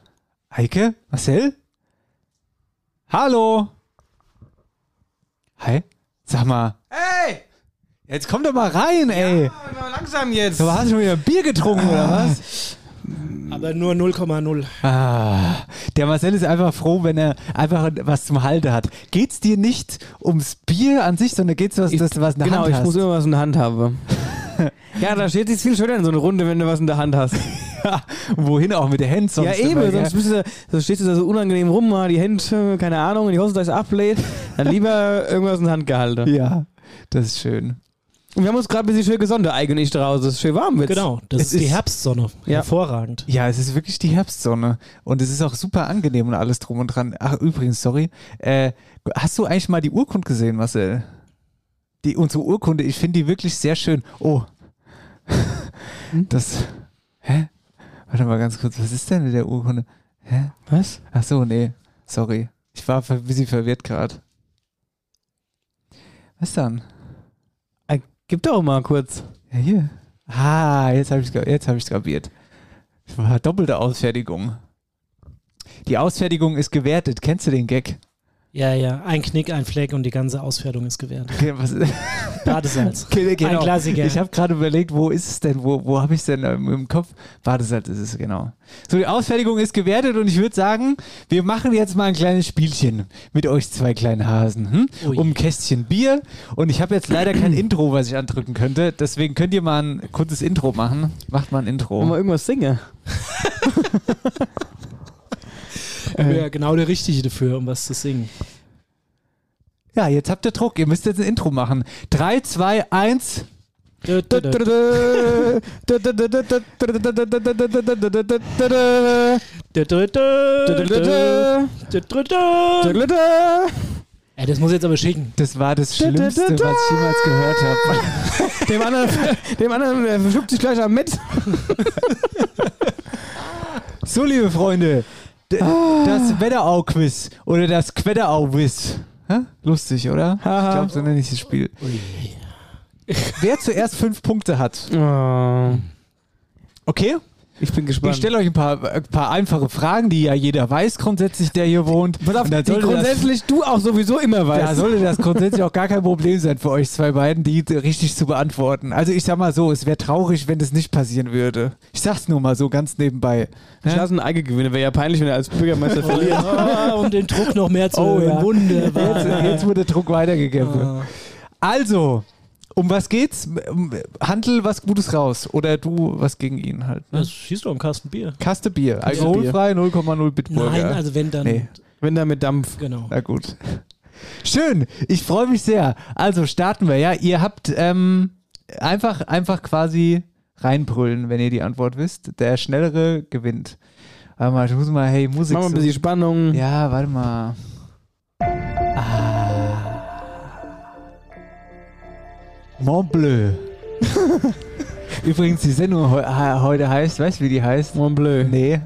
Heike? Marcel? Hallo? Hi? Sag mal. Hey! Jetzt komm doch mal rein, ey! langsam jetzt! Aber hast du schon wieder ein Bier getrunken, oder was? Aber nur 0,0. Ah, der Marcel ist einfach froh, wenn er einfach was zum Halten hat. Geht's dir nicht ums Bier an sich, sondern geht's was, dass du was in der genau, Hand ich hast? [laughs] muss immer was in der Hand haben. [laughs] ja, da steht sich viel schöner in so einer Runde, wenn du was in der Hand hast. Wohin auch mit der Hand sonst ja, eben, immer, [laughs] sonst, gell? bist du, sonst stehst du da so unangenehm rum, mal die Hände, keine Ahnung, in die Hose, da ist ablädt. Dann lieber irgendwas in der Hand gehalten. Ja, das ist schön. Und wir haben uns gerade ein bisschen schön gesonde, eigentlich draußen. Es ist schön warm jetzt. Genau, das Es ist die Herbstsonne. Ja. Hervorragend. Ja, es ist wirklich die Herbstsonne und es ist auch super angenehm und alles drum und dran. Ach, übrigens, sorry. Äh, hast du eigentlich mal die Urkunde gesehen, Marcel? Die, unsere Urkunde, ich finde die wirklich sehr schön. Oh. Das. Hä? Warte mal ganz kurz, was ist denn mit der Urkunde? Hä? Was? Ach so, nee. Sorry. Ich war ein bisschen verwirrt gerade. Was dann? Äh, Gib doch mal kurz. Ja, hier. Ah, jetzt habe ich es hab ich's kapiert. Das war doppelte Ausfertigung. Die Ausfertigung ist gewertet. Kennst du den Gag? Ja, ja, ein Knick, ein Fleck und die ganze Auswertung ist gewährt. Okay, was- [laughs] [laughs] Badesalz. Okay, genau. Ein Klassiker. Ich habe gerade überlegt, wo ist es denn? Wo, wo habe ich es denn ähm, im Kopf? Badesalz ist es, genau. So, die Ausfertigung ist gewertet und ich würde sagen, wir machen jetzt mal ein kleines Spielchen mit euch zwei kleinen Hasen. Hm? Ui. Um ein Kästchen Bier. Und ich habe jetzt leider [clears throat] kein Intro, was ich andrücken könnte. Deswegen könnt ihr mal ein kurzes Intro machen. Macht mal ein Intro. Wollen wir irgendwas singen? Ja, genau der Richtige dafür, um was zu singen. Ja, jetzt habt ihr Druck. Ihr müsst jetzt ein Intro machen. 3, 2, 1. Dö, dö, dö. Dö, dö, dö, dö, dö, dö, dö. Ey, das muss ich jetzt aber schicken. Das war das Schlimmste, was ich jemals gehört habe. Dem anderen, dem anderen äh, verschluckt sich gleich am Metz. So, liebe Freunde, D ah. Das Wetterau-Quiz oder das Quetterau-Wiz. Lustig, oder? Ich glaube, so nenne ich das Spiel. Wer zuerst fünf Punkte hat. Okay? Oh. Ich bin gespannt. Ich stelle euch ein paar, ein paar einfache Fragen, die ja jeder weiß grundsätzlich, der hier wohnt. Pass auf, Und dann die sollte grundsätzlich du auch sowieso immer das, [laughs] da weißt. sollte das grundsätzlich auch gar kein Problem sein für euch zwei beiden, die richtig zu beantworten. Also ich sag mal so, es wäre traurig, wenn das nicht passieren würde. Ich sag's nur mal so ganz nebenbei. Ich lasse ein Eige gewinnen. Wäre ja peinlich, wenn er als [laughs] Bürgermeister verliert. Ah, um den Druck noch mehr zu Oh, erhöhen. ja. Jetzt, Ah. Wunderbar. jetzt wurde Druck weitergegeben. Also, um was geht's? Um, Handel was Gutes raus. Oder du was gegen ihn halt. Ne? Das schießt doch einen Kasten Bier. Kaste Bier. Alkoholfrei 0,0 Bitburger. Nein, also wenn dann. Nee. Wenn da mit Dampf. Genau. Na gut. Schön, ich freue mich sehr. Also starten wir, ja. Ihr habt ähm, einfach, einfach quasi reinbrüllen, wenn ihr die Antwort wisst. Der Schnellere gewinnt. Warte mal, ich muss mal, hey, Musik. Machen wir ein so- bisschen Spannung. Ja, warte mal. Ah. Mont Bleu. [laughs] Übrigens, die Sendung heu ha- heute heißt, weißt du, wie die heißt? Mont Bleu. Nee,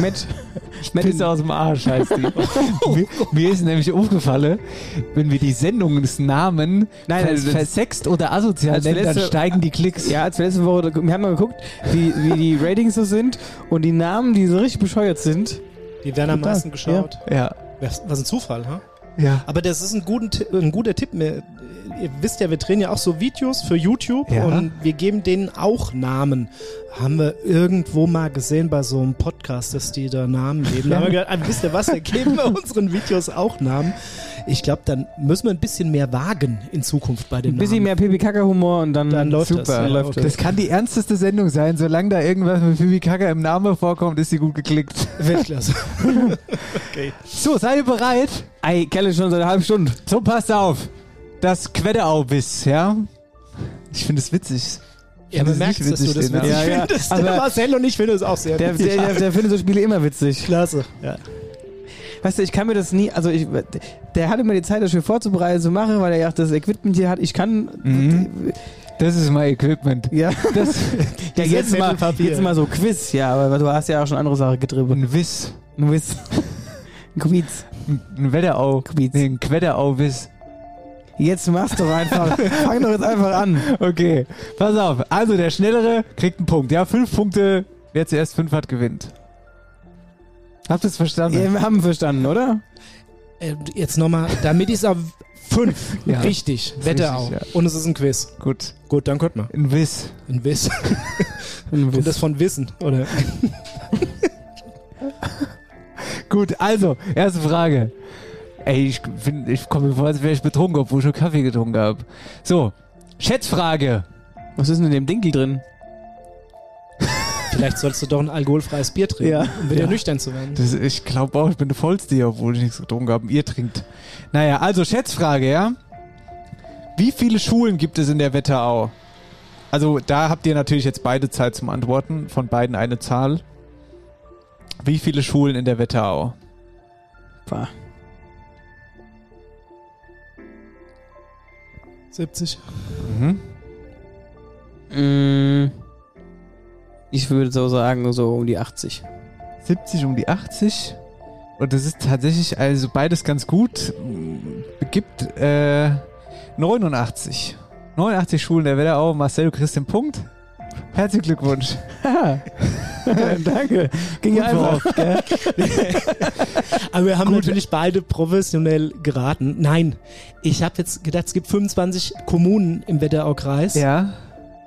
Matt. Matt Pisse aus dem Arsch heißt [laughs] die. mir, mir ist nämlich aufgefallen, wenn wir die Sendungsnamen Nein, vers- also das- versext oder asozial Als nennen, dann letzte- steigen die Klicks. Ja, als wir letzte Woche, wir haben mal geguckt, wie, wie die Ratings so sind und die Namen, die so richtig bescheuert sind. Die werden am Total, meisten geschaut. Ja. Was was ein Zufall, ha? Ja. Aber das ist ein, guten, Ti- ein guter Tipp. Mir- Ihr wisst ja, wir drehen ja auch so Videos für YouTube Ja. und wir geben denen auch Namen. Haben wir irgendwo mal gesehen bei so einem Podcast, dass die da Namen geben. Da haben wir gedacht, ah, wisst ihr was, wir geben bei unseren Videos auch Namen. Ich glaube, dann müssen wir ein bisschen mehr wagen in Zukunft bei den Ein bisschen Namen. mehr pipi kaka humor und dann, Dann läuft super. das, ja, läuft okay. Das kann die ernsteste Sendung sein. Solange da irgendwas mit Bibi Kaka im Namen vorkommt, ist sie gut geklickt. Weltklasse. okay. [laughs] So, seid ihr bereit? Ey, Kelle schon seit einer halben Stunde. So, passt auf. Das Queddeau-Biss, ja? Ich finde es witzig. Ja, man Das ist merkt, nicht dass du witzig, das den witzig Namen. Ja, ja. findest. Aber- der Marcel und ich finden es auch sehr Der, witzig. Ah, der, der, der findet so Spiele immer witzig. Klasse. Ja. Weißt du, ich kann mir das nie, also ich, der hatte immer die Zeit, das Spiel vorzubereiten, zu machen, weil er ja auch das Equipment hier hat. Ich kann, Mhm. Das ist mein Equipment. ja, Das, [laughs] ja jetzt, mal, Zettelpapier. jetzt mal so Quiz, ja, aber du hast ja auch schon andere Sachen getrieben. ein Wiss. Du bist ein Quiz. Ein Wetterau. Quiz. Nee, ein Queddeau-Wiss. Jetzt mach's doch einfach. Fang doch jetzt einfach an. Okay, pass auf. Also der Schnellere kriegt einen Punkt. Ja, fünf Punkte. Wer zuerst fünf hat, gewinnt. Habt ihr es verstanden? Wir haben verstanden, oder? Äh, Jetzt nochmal, damit ist er fünf. Ja. Richtig. Ist Wette auch. richtig, ja. Und es ist ein Quiz. Gut. Gut, dann könnte man. Ein Wiss. Ein [laughs] Wiss. Ein Und das von Wissen, oder? Gut, also, erste Frage. Ey, ich, bin- ich komme mir vor, als wäre ich betrunken, obwohl ich schon Kaffee getrunken habe. So, Schätzfrage. Was ist denn in dem Dinkel drin? Vielleicht sollst du doch ein alkoholfreies Bier trinken, Ja. um wieder nüchtern zu werden. Das, ich glaube auch, ich bin der Vollste, obwohl ich nichts getrunken habe. Ihr trinkt. Naja, also Schätzfrage, ja? Wie viele Schulen gibt es in der Wetterau? Also da habt ihr natürlich jetzt beide Zeit zum Antworten. Von beiden eine Zahl. Wie viele Schulen in der Wetterau? Boah. 70. Mhm. Mm, Ich würde so sagen, so um die 80. 70 um die 80. Und das ist tatsächlich, also beides ganz gut. Begibt äh, 89. 89 Schulen der Wetterau. Marcel, du kriegst den Punkt. Herzlichen Glückwunsch. [laughs] [laughs] Danke. Ging ja einfach. Aber wir haben natürlich beide professionell geraten. Nein, ich habe jetzt gedacht, es gibt 25 Kommunen im Wetteraukreis. Ja.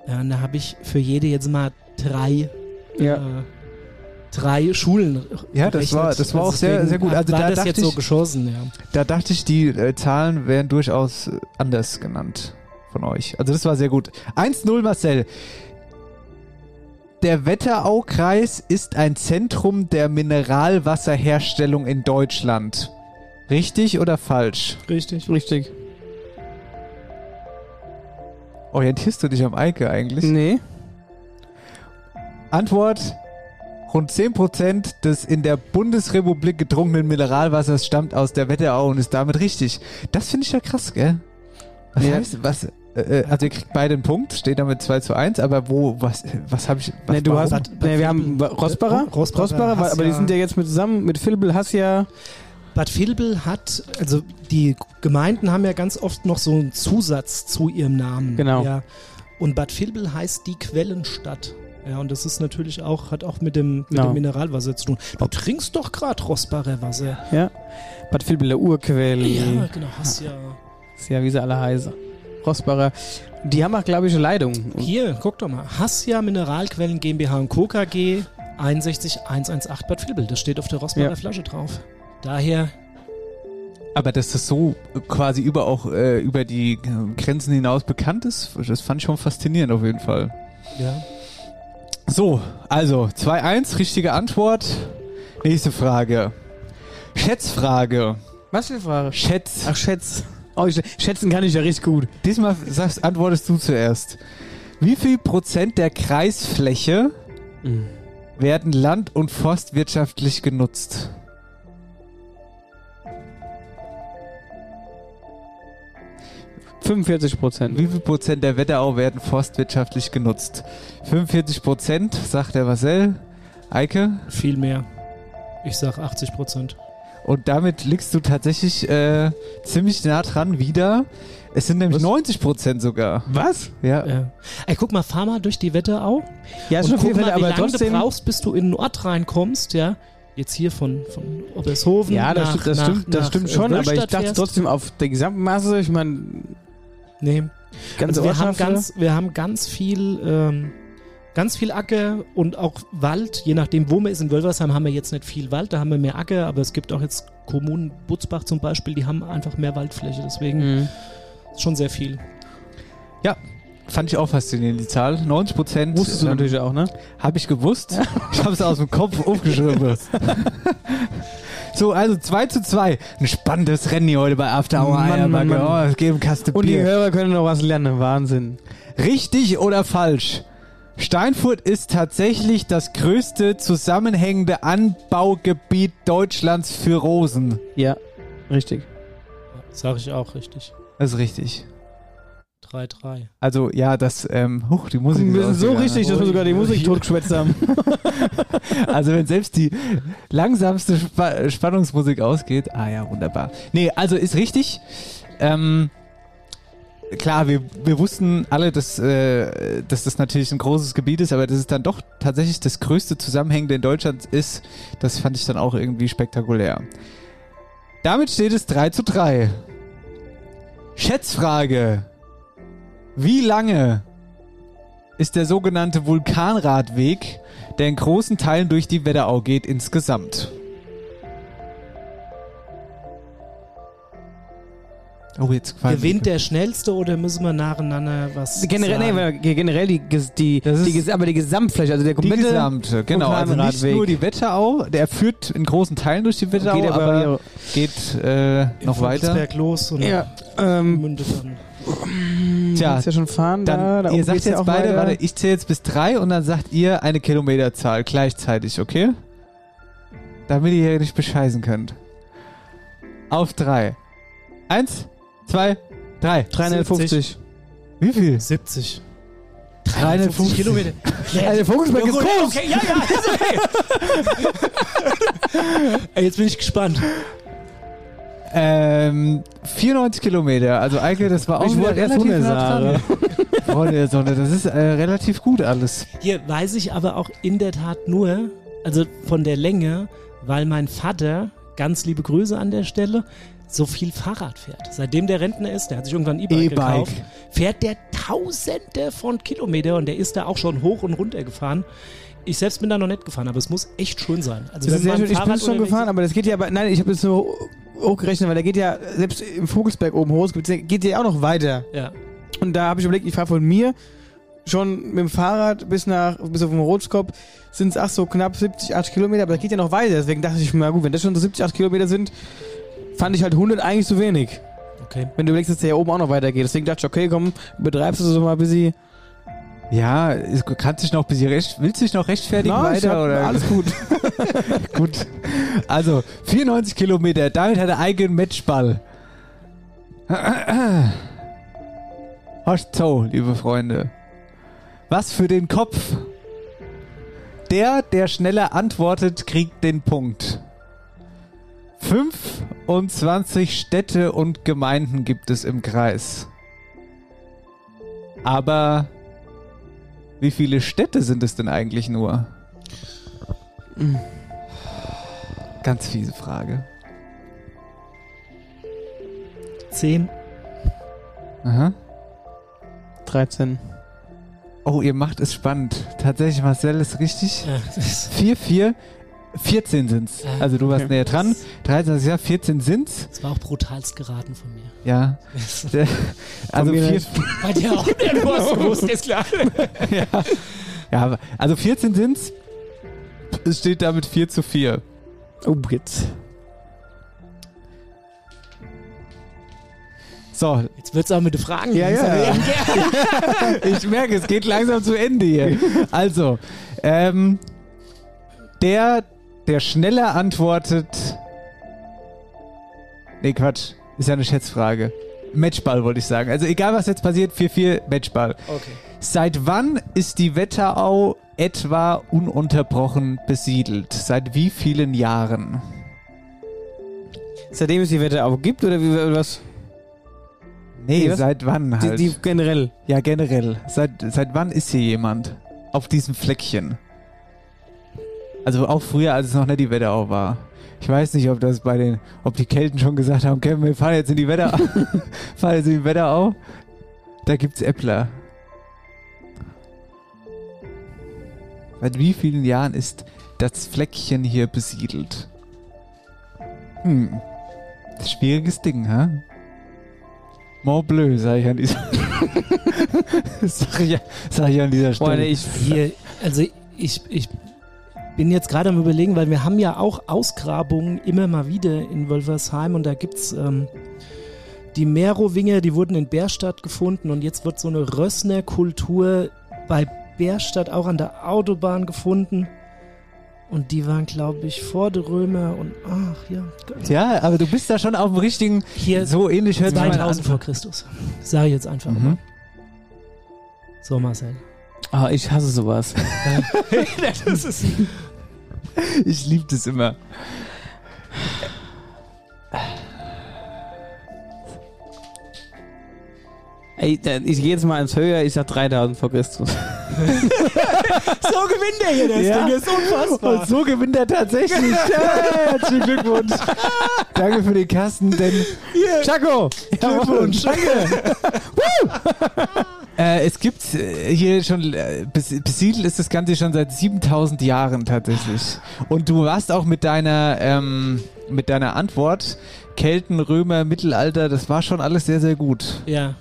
Ja, und da habe ich für jede jetzt mal drei, Ja. äh, drei Schulen. Ja, das war- das war auch sehr- deswegen sehr gut. Also war da das dachte jetzt so ich- geschossen, ja. Da dachte ich, die äh, Zahlen wären durchaus äh, anders genannt von euch. Also das war sehr gut. 1-0 Marcel. Der Wetteraukreis ist ein Zentrum der Mineralwasserherstellung in Deutschland. Richtig oder falsch? Richtig. Richtig. Orientierst du dich am Eike eigentlich? Nee. Antwort: Rund 10% des in der Bundesrepublik getrunkenen Mineralwassers stammt aus der Wetterau und ist damit richtig. Das finde ich ja krass, gell? Was Ja. heißt was? äh, also ihr kriegt beide einen Punkt, steht damit 2 zu 1, aber wo, was, was habe ich. Was, nee, du hast, warum? nee, wir haben Rosbacher, Ro- Rosbacher, Rosbacher wa- aber die Hassia. sind ja jetzt mit zusammen, mit Vilbel, Hassia. Bad Vilbel hat, also die Gemeinden haben ja ganz oft noch so einen Zusatz zu ihrem Namen. Genau. Ja. Und Bad Vilbel heißt die Quellenstadt. Ja, und das ist natürlich auch, hat auch mit dem, mit Genau. dem Mineralwasser zu tun. Du trinkst doch gerade Rosbacher Wasser. Ja. Bad Vilbel, der Urquell. Ja, genau, hast ja. Hassia, wie sie alle heißen. Rosbacher. Die haben auch, glaube ich, eine Leitung. Hier, guck doch mal. Hassia Mineralquellen GmbH und Co. KG 61118 Bad Vilbel. Das steht auf der Rosbacher Ja. Flasche drauf. Daher Aber dass das so quasi über auch äh, über die Grenzen hinaus bekannt ist, das fand ich schon faszinierend auf jeden Fall. Ja. So, also 2-1, richtige Antwort. Nächste Frage. Schätzfrage. Was für eine Frage? Schätz. Ach, Schätz. Oh, ich, schätzen kann ich ja richtig gut. Diesmal sagst, antwortest du zuerst. Wie viel Prozent der Kreisfläche Mm. werden land- und forstwirtschaftlich genutzt? Prozent. Wie viel Prozent der Wetterau werden forstwirtschaftlich genutzt? 45 Prozent, sagt der Marcel. Eike? viel mehr. Ich sag 80 Prozent. Und damit liegst du tatsächlich äh, ziemlich nah dran wieder. Es sind nämlich 90 Prozent sogar. Was? Ja. Ey, guck mal, fahr mal durch die Wetterau. Ja, ist und schon viel guck mal, Wetter, wie aber lange trotzdem- du brauchst, bis du in den Ort reinkommst, ja. Jetzt hier von, von Obershofen. Ja, das, nach, stimmt- das nach, stimmt, das nach, stimmt äh, schon, aber ich Wölstadt dachte fährst. trotzdem auf der gesamten Masse, ich meine, Nee. ganze Also wir, haben Ortschaft, ne? ganz, wir haben ganz viel, ähm, ganz viel Acker und auch Wald. Je nachdem, wo wir ist. In Wölversheim haben wir jetzt nicht viel Wald, da haben wir mehr Acker, aber es gibt auch jetzt Kommunen, Butzbach zum Beispiel, die haben einfach mehr Waldfläche. Mhm. Deswegen ist schon sehr viel. Ja, fand ich auch faszinierend, die Zahl. 90 Prozent. Wusstest du natürlich auch, ne? Habe ich gewusst. Ich habe es aus dem Kopf [laughs] aufgeschrieben. so, also 2 zu 2. Ein spannendes Rennen hier heute bei After Hour Mann, Eierbacke. Mann, Mann. Oh, es geben Kaste Und die Bier. Hörer können noch was lernen, Wahnsinn. Richtig oder falsch? Steinfurt ist tatsächlich das größte zusammenhängende Anbaugebiet Deutschlands für Rosen. Ja, richtig. Sag ich auch richtig. Das ist richtig. 3-3. Also ja, das, ähm, huch, die Musik Wir ist sind so ausgegangen. richtig, dass wir sogar die Musik totgeschwätzt [laughs] haben. Also wenn selbst die langsamste Spa Spannungsmusik ausgeht, ah ja, wunderbar. Nee, also ist richtig. Ähm, klar, wir, wir wussten alle, dass, äh, dass das natürlich ein großes Gebiet ist, aber dass es dann doch tatsächlich das größte Zusammenhängende in Deutschland ist, das fand ich dann auch irgendwie spektakulär. Damit steht es 3 zu 3. Schätzfrage. Wie lange ist der sogenannte Vulkanradweg, der in großen Teilen durch die Wetterau geht, insgesamt. Oh, jetzt quasi. Gewinnt der Schnellste oder müssen wir nacheinander was Also Generell, nee, sagen? weil ge- generell die, ges- die, die, ges- aber die Gesamtfläche, also der die komplette gesamte, genau. Also nicht Vulkanradweg. nur die Wetterau, der führt in großen Teilen durch die Wetterau, Geht aber aber hier- geht äh, noch weiter. Vogelsberg los und Ja, ähm, mündet dann. Tja, kannst ja schon fahren da, dann, da oben ihr sagt geht's ja jetzt auch beide, weiter. warte, ich zähle jetzt bis drei und dann sagt ihr eine Kilometerzahl gleichzeitig, okay? Damit ihr hier nicht bescheißen könnt. Auf drei. Eins, zwei, drei. 350. Wie viel? 70. 350 [laughs] Kilometer. Ja, Also der Vogelsberg Ja, ist gut, groß. Okay, ja, ja, ist okay. [laughs] Ey, jetzt bin ich gespannt. Ähm, 94 Kilometer. Also Eike, das war auch Ich wieder wollte erst relativ 100 nah dran. Freunde der Sonne, das ist äh, relativ gut alles. Hier weiß ich aber auch in der Tat nur, also von der Länge, weil mein Vater, ganz liebe Grüße an der Stelle, so viel Fahrrad fährt. Seitdem der Rentner ist, der hat sich irgendwann ein E-Bike E-Bike. gekauft, fährt der Tausende von Kilometer und der ist da auch schon hoch und runter gefahren. Ich selbst bin da noch nicht gefahren, aber es muss echt schön sein. Das Also wenn ist sehr man schön. Ich bin Fahrrad schon unterwegs gefahren, aber das geht ja, aber nein, ich habe jetzt nur hochgerechnet, weil der geht ja selbst im Vogelsberg oben hoch, geht ja auch noch weiter. ist- Ja. Und da habe ich überlegt, ich fahre von mir schon mit dem Fahrrad bis nach bis auf den Rotskopf sind es ach so knapp 70, 80 Kilometer, aber das geht ja noch weiter. Deswegen dachte ich mir, gut, wenn das schon so 70, 80 Kilometer sind, fand ich halt 100 eigentlich zu wenig. Okay. Wenn du überlegst, dass der ja oben auch noch weitergeht. Deswegen dachte ich, okay, komm, übertreibst du so mal ein bisschen. Ja, es- kannst dich noch ein bisschen recht, willst dich noch rechtfertigen Na, ich weiter hab- oder? Alles gut. [laughs] gut. Also 94 Kilometer. Damit hat er Eike einen Matchball. Horst so, liebe Freunde. Was für den Kopf. Der, der schneller antwortet, kriegt den Punkt. 25 Städte und Gemeinden gibt es im Kreis. Aber wie viele Städte sind es denn eigentlich nur? Ganz fiese Frage. Zehn. Aha. 13. Oh, ihr macht es spannend. Tatsächlich, Marcel ist richtig. Äh, 4, 4, 14 sind's. Ja, Also du warst okay. näher dran. Das- 13, ja, 14 sind's. Das war auch brutalst geraten von mir. [laughs] Ja. Der- also mir vier, nicht. Bei dir auch. [laughs] Ja, genau. du hast gewusst, ist klar. ja. ja, aber- also 14 sind's. Es steht damit 4 zu 4. Oh, jetzt. So. Jetzt wird's auch mit den Fragen. Ja, ja. ich merke, es geht langsam zu Ende hier. Also, ähm, der, der schneller antwortet. Nee, Quatsch. Ist ja eine Schätzfrage. Matchball wollte ich sagen. Also egal, was jetzt passiert, 4-4 Matchball. Okay. Seit wann ist die Wetterau etwa ununterbrochen besiedelt? Seit wie vielen Jahren? Seitdem es die Wette auch gibt oder wie oder was? Nee, Nee, was? seit wann halt? Die, die generell. ja, generell. Seit, seit wann ist hier jemand auf diesem Fleckchen? Also auch früher, als es noch nicht die Wetterau war. Ich weiß nicht, ob das bei den, ob die Kelten schon gesagt haben, okay, wir fahren jetzt in die Wetterau. [laughs] fahren jetzt in die Wetterau. Da gibt's Äppler. Seit wie vielen Jahren ist das Fleckchen hier besiedelt? Hm. Schwieriges Ding, ha? Mont Bleu, sag ich an dieser [laughs] sag, ich, sag ich an dieser Stelle. Freunde, ich- Hier, also ich, ich bin jetzt gerade am überlegen, weil wir haben ja auch Ausgrabungen immer mal wieder in Wolfersheim und da gibt es ähm, die Merowinger, die wurden in Bärstadt gefunden und jetzt wird so eine Rössner-Kultur bei Bärstadt auch an der Autobahn gefunden. Und die waren, glaube ich, vor der Römer und ach ja. ja, aber du bist da schon auf dem richtigen. Hier so ähnlich hört sich mein 2000 vor Christus. Sag ich jetzt einfach mal. So, Marcel. Ah, ich hasse sowas. das ist. Ich liebe das immer. Ey, da- ich gehe jetzt mal ans Höher, ich sag 3000 vor [laughs] Christus. So gewinnt er hier das Ja. Ding, das ist unfassbar. Und so gewinnt er [laughs] tatsächlich. Ja, herzlichen Glückwunsch. Danke für den Kasten, denn Chaco! Glückwunsch. Danke. [laughs] äh, es gibt äh, hier schon, äh, bes- besiedelt ist das Ganze schon seit 7000 Jahren tatsächlich. Und du warst auch mit deiner, ähm, mit deiner Antwort, Kelten, Römer, Mittelalter, das war schon alles sehr, sehr gut. Ja.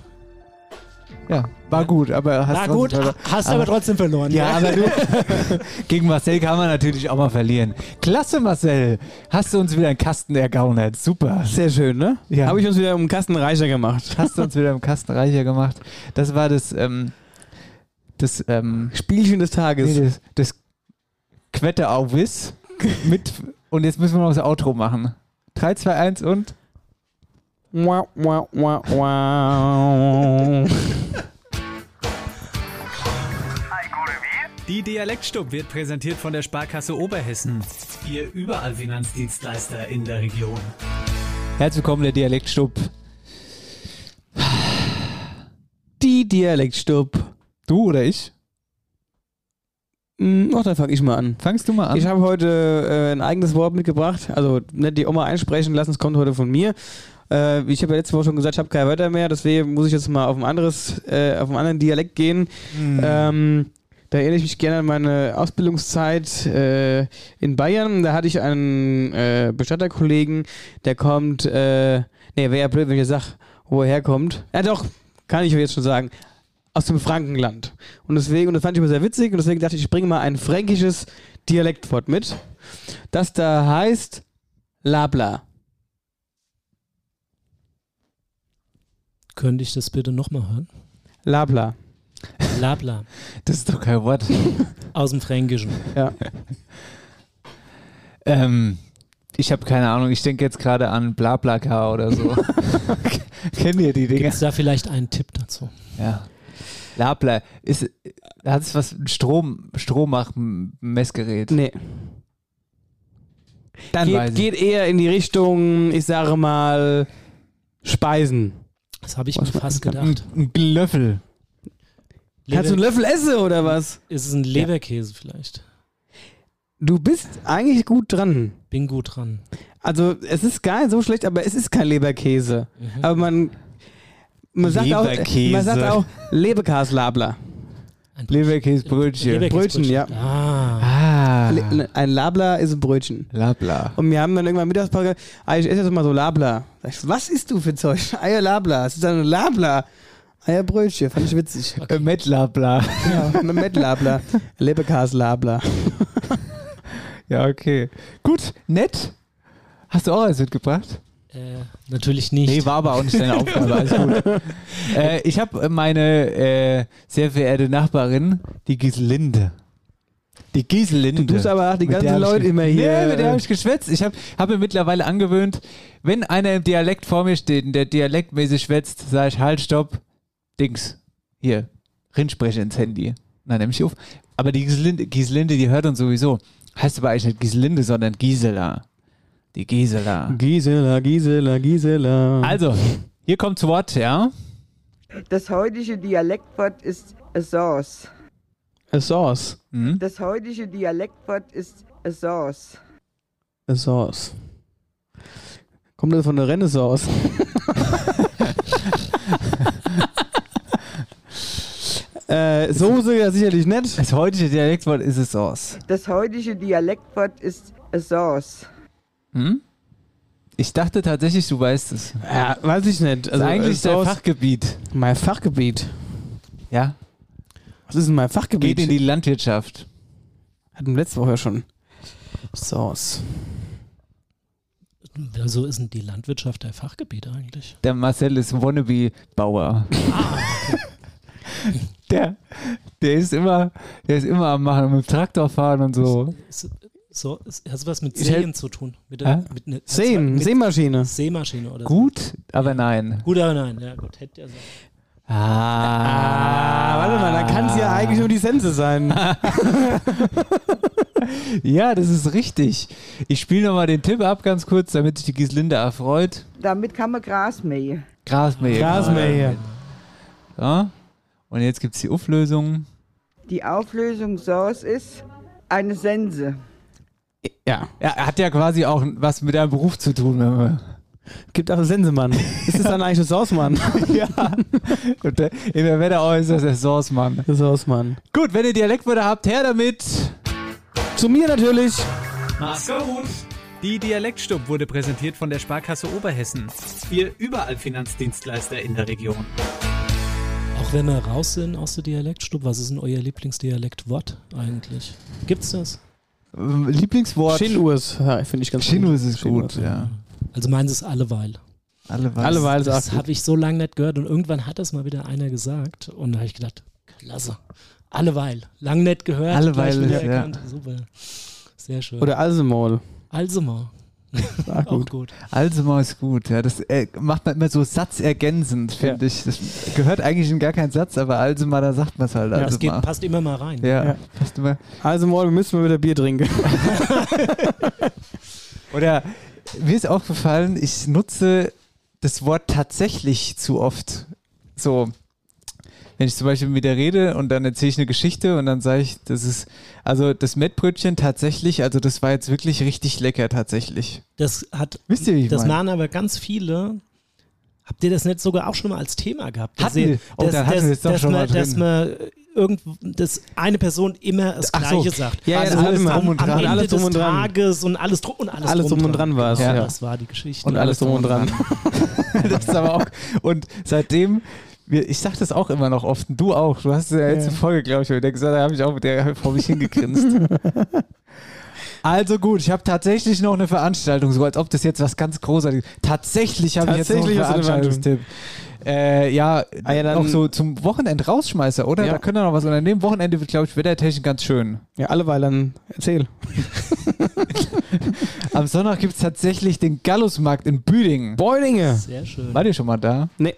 Ja, war gut, aber hast Na trotzdem gut, verloren. hast aber trotzdem verloren. Ja, ne? aber du, [laughs] gegen Marcel kann man natürlich auch mal verlieren. Klasse, Marcel. Hast du uns wieder einen Kasten ergaunert. Super. Sehr schön, ne? Ja. Habe ich uns wieder um einen Kasten reicher gemacht. Hast du uns wieder im Kasten reicher gemacht. Das war das, ähm, das, ähm, Spielchen des Tages. nee, das, das Quetteauwiss mit, und jetzt müssen wir noch das Outro machen. 3, 2, 1 und? Wow, wow, wow, wow. [laughs] Die Dialektstub wird präsentiert von der Sparkasse Oberhessen. Ihr überall Finanzdienstleister in der Region. Herzlich willkommen, der Dialektstub. Die Dialektstub. Du oder ich? Hm, Ach, dann fange ich mal an. Fangst du mal an. Ich habe heute äh, ein eigenes Wort mitgebracht. Also nicht die Oma einsprechen lassen, es kommt heute von mir. Äh, ich habe ja letzte Woche schon gesagt, ich habe keine Wörter mehr, deswegen muss ich jetzt mal auf ein anderes, äh, auf einen anderen Dialekt gehen. Ähm, da erinnere ich mich gerne an meine Ausbildungszeit äh, in Bayern. Da hatte ich einen äh, Bestatterkollegen, der kommt, äh, nee, wäre ja blöd, wenn ich jetzt sage, wo er herkommt. Ja doch, kann ich euch jetzt schon sagen. Aus dem Frankenland. Und deswegen, und das fand ich immer sehr witzig, und deswegen dachte ich, ich bringe mal ein fränkisches Dialektwort mit. Das da heißt Labla. Könnte ich das bitte nochmal hören? Labla. Labla. Das ist doch kein Wort. Aus dem Fränkischen. Ja. [laughs] Ähm, ich habe keine Ahnung, ich denke jetzt gerade an Blablaka oder so. [laughs] Kennt ihr die Dinger? Gibt es da vielleicht einen Tipp dazu? Ja. Labler. Ist, äh, hat es was, ein Strom, Strommach-Messgerät? Nee. Dann weiß Geht, ich. geht eher in die Richtung, ich sage mal, Speisen. Das habe ich Was mir man fast essen kann. gedacht. Ein Löffel. Kannst du einen Löffel essen oder was? Ist es ein Leberkäse vielleicht? Du bist eigentlich gut dran. Bin gut dran. Also es ist gar nicht so schlecht, aber es ist kein Leberkäse. Aber man, man sagt auch, Leberkäse. man sagt auch Leberkäslabler. Leberkäsebrötchen. Brötchen, ja. Ah. Le- ne, Ein Labler ist ein Brötchen. Labla. Und wir haben dann irgendwann Mittagspause ah, ich esse jetzt mal so Labler. Sag ich, was isst du für Zeug? [laughs] Eier Labler. Es ist dann Labler. Eierbrötchen, fand ich [laughs] witzig. Äh, Mettlabla. Ja, mit Labler. Leberkäslabler. [laughs] Ja, okay. Gut, nett. Hast du auch alles mitgebracht? Äh, natürlich nicht. Nee, war aber auch nicht [laughs] deine Aufgabe. Alles gut. Äh, ich habe meine äh, sehr verehrte Nachbarin, die Giselinde. Die Giselinde. Du tust aber auch die Mit der ganzen hab ich Leute ge- immer hier, Nee, mit der äh, habe ich geschwätzt. Ich habe hab mir mittlerweile angewöhnt, wenn einer im Dialekt vor mir steht und der dialektmäßig schwätzt, sage ich, halt, stopp, Dings, hier, Rinspreche ins Handy. Nein, nehme ich auf. Aber die Giselinde, Giselinde, die hört uns sowieso. Heißt aber eigentlich nicht Giselinde, sondern Gisela. Die Gisela. Gisela, Gisela, Gisela. Also, hier kommt zu Wort, ja? Das heutige Dialektwort ist a sauce. A sauce. Das heutige Dialektwort ist a sauce. A sauce. Kommt das von der Renaissance? äh, Soße ja sicherlich nicht. Das heutige Dialektwort ist es Sauce. Das heutige Dialektwort ist a sauce. Hm? Ich dachte tatsächlich, du weißt es. Ja, weiß ich nicht. äh, Also, ist eigentlich dein Sauce- Fachgebiet. Mein Fachgebiet. Ja. Was ist denn mein Fachgebiet? Geht in die Landwirtschaft. Hatten wir letzte Woche ja schon. Sauce. Wieso Also ist denn die Landwirtschaft dein Fachgebiet eigentlich? Der Marcel ist Wannabe-Bauer. der, der, ist immer, der ist immer am Machen, mit dem Traktor fahren und so. Ist, so, ist, hat was mit Ich hält- Seen zu tun? Mit, Hä? der- mit ne, hat's Seen, was mit Seemaschine. Seemaschine oder Gut, aber nein. so. Gut, aber nein, ja gut, hätte ja sein. Ah, Warte mal, dann kann es ja eigentlich nur die Sense sein. [laughs] Ja, das ist richtig. Ich spiele nochmal den Tipp ab, ganz kurz, damit sich die Gislinde erfreut. Damit kann man Gras mähen. Grasmäher. Grasmäher. Ja. Und jetzt gibt es die Auflösung. Die Auflösung Sauce ist eine Sense. Ja. ja. Hat ja quasi auch was mit deinem Beruf zu tun. Wenn wir Gibt auch Sensemann. Ist das dann eigentlich eine Sauce, [laughs] Mann? Und der- In der Wetterau ist das der Sourcemann. Eine Sauce, Mann. Gut, wenn ihr Dialektwörter habt, her damit. Zu mir natürlich. Mach's gut! Die Dialektstub wurde präsentiert von der Sparkasse Oberhessen. Ihr überall Finanzdienstleister in der Region. Auch wenn wir raus sind aus der Dialektstube, was ist denn euer Lieblingsdialektwort eigentlich? Gibt's das? Ähm, Lieblingswort. Shinus, ja, finde ich ganz Shinus ist Shinus. gut, ja. Also meins ist alleweil. Alle weiß. Alle Wahl Das sagt. habe ich so lange nicht gehört und irgendwann hat das mal wieder einer gesagt und da habe ich gedacht, klasse. Alleweil. Lang nicht gehört. Alleweil gleich wieder ist, ja. erkannt. Super. Sehr schön. Oder Alsemol. also mal. Auch Auch gut. gut. Also mal ist gut, ja. Das äh, macht man immer so satzergänzend, finde ich. Das gehört eigentlich in gar keinen Satz, aber also mal, da sagt man es halt. Also Das geht, mal. passt immer mal rein. Ja, Ja. passt immer. Alsemol, wir müssen mal wieder Bier trinken. Oder mir ist aufgefallen, ich nutze das Wort tatsächlich zu oft. So, wenn ich zum Beispiel mit der rede und dann erzähle ich eine Geschichte und dann sage ich, das ist, also das Mettbrötchen tatsächlich, also das war jetzt wirklich richtig lecker tatsächlich. Das hat Wisst ihr, wie ich das meine? machen aber ganz viele. Habt ihr das nicht sogar auch schon mal als Thema gehabt? Dass Hatten ihr- wir. Oh, dass- dann hatten wir dass- es doch dass schon man, mal dass drin. man irgend, dass eine Person immer das Ach so. Gleiche sagt. Ja, ja, Also das am- immer. am, Und am dran. Ende Alles drum des und dran. Tages und alles drum und alles, Alles drum und dran war's, Genau, ja. Das war die Geschichte. Und alles drum und [laughs] dran. [laughs] das ist aber auch, und seitdem, wir, ich sage das auch immer noch oft, und du auch, du hast in der letzten Folge, glaube ich, wieder gesagt, da habe ich auch mit der vor mich [laughs] hingegrinst. Also gut, ich habe tatsächlich noch eine Veranstaltung, so als ob das jetzt was ganz Großartiges Tatsächlich habe ich jetzt noch einen Tatsächlich hast du eine Veranstaltungstipp. Äh, ja, Ah, ja, dann- auch so zum Wochenend rausschmeißer, oder? Ja. Da können wir noch was unternehmen. Wochenende wird, glaube ich, wettertechnisch ganz schön. Ja, Alleweil, dann erzähl. Am Sonntag gibt es tatsächlich den Gallusmarkt in Büdingen. Beulinge. Sehr schön. War ihr schon mal da? ne. Nee.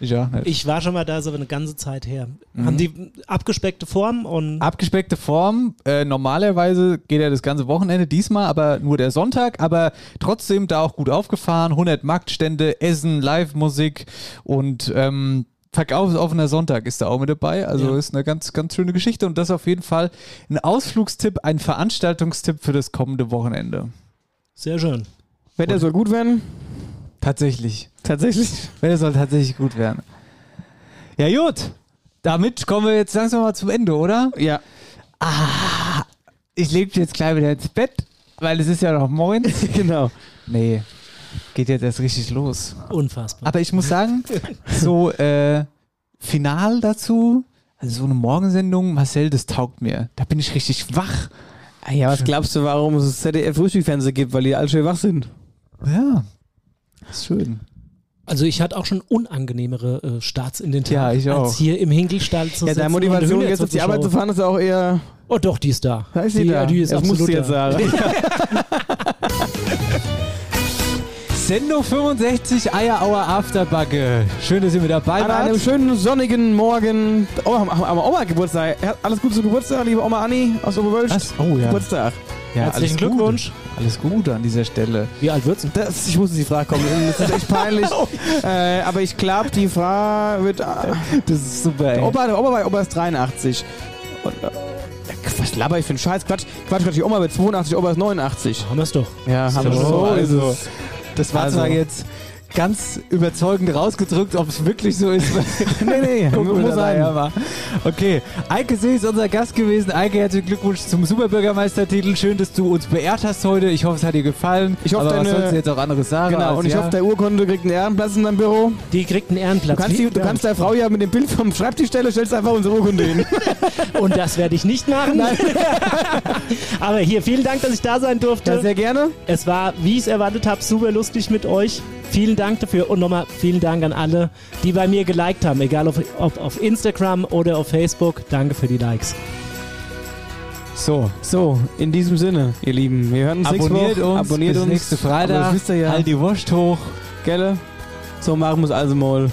Ich auch nicht. Ich war schon mal da, ist aber eine ganze Zeit her. Mhm. Haben die abgespeckte Form und Abgespeckte Form. Äh, normalerweise geht ja das ganze Wochenende, diesmal aber nur der Sonntag. Aber trotzdem da auch gut aufgefahren. 100 Marktstände, Essen, Live-Musik und ähm, verkaufsoffener Sonntag ist da auch mit dabei. Also Ja. ist eine ganz, ganz schöne Geschichte. Und das auf jeden Fall ein Ausflugstipp, ein Veranstaltungstipp für das kommende Wochenende. sehr schön. Wetter soll gut werden. Tatsächlich. Tatsächlich. Wetter soll tatsächlich gut werden. Ja, gut. Damit kommen wir jetzt langsam mal zum Ende, oder? Ah, Ja. Ich leg mich jetzt gleich wieder ins Bett, weil es ist ja noch morgen. [laughs] genau. Nee, geht jetzt erst richtig los. Unfassbar. Aber ich muss sagen, so äh, final dazu, also so eine Morgensendung, Marcel, das taugt mir. Da bin ich richtig wach. Ah Ja, was glaubst du, warum es ZDF-Frühstückfernsehen gibt? Weil die alle schön wach sind. Ja. Ist schön. Also ich hatte auch schon unangenehmere äh, Starts in den Tag, Ja, ich auch. als hier im Hinkelstall zu Ja, sitzen. deine und Motivation, Hühner jetzt auf die Arbeit zu zuschauen. fahren, ist auch eher. Oh doch, die ist da. Da ist sie da. Die ist das musst absolut du jetzt da. sagen. Sendo 65 Eierauer Afterbacke. Schön, dass ihr mit dabei An einem wart. schönen sonnigen Morgen. Oh, am, am Oma Geburtstag. Ja, Alles Gute zum Geburtstag, liebe Oma Anni aus Oberwölsch. Was? Oh ja. Geburtstag. ja Herzlichen alles Gute. Glückwunsch. Alles Gute an dieser Stelle. [laughs] Wie alt wird's? Das, ich wusste, die Frage kommt. Das ist echt peinlich. äh, aber ich glaube, die Frage wird. ah, Das ist super, Der ey. Opa, der Opa bei Opa ist 83. Und, äh, was laber ich für einen Scheiß? Quatsch, Quatsch, Quatsch. Die Oma wird 82, Opa ist 89. Haben wir es doch. Ja, haben wir So, schon. also, Das war Also. zwar jetzt ganz überzeugend rausgedrückt, ob es wirklich so ist. [laughs] nee, nee, [laughs] Gucken wir muss dabei, sein. aber- Okay, Eike See ist unser Gast gewesen. Eike, herzlichen Glückwunsch zum Superbürgermeistertitel. Schön, dass du uns beehrt hast heute. Ich hoffe, es hat dir gefallen. Ich hoffe, aber deine- was sollst du jetzt auch anderes sagen? Genau, als und ich ja? hoffe, der Urkunde kriegt einen Ehrenplatz in deinem Büro. Die kriegt einen Ehrenplatz. Du kannst, die, Vielen du Dank. kannst der Frau ja mit dem Bild vom Schreibtisch stellen, stellst einfach unsere Urkunde hin. Und das werde ich nicht machen. [laughs] Aber hier, vielen Dank, dass ich da sein durfte. Ja, sehr gerne. Es war, wie ich es erwartet habe, super lustig mit euch. Vielen Dank dafür und nochmal vielen Dank an alle, die bei mir geliked haben, egal ob, ob auf Instagram oder auf Facebook. Danke für die Likes. So, So, in diesem Sinne, ihr Lieben, wir hören uns abonniert nächste Woche. uns. abonniert bis uns. nächste Aber Freitag. Das wisst ihr ja. Halt die Wurst hoch. Gelle. So machen wir es also mal.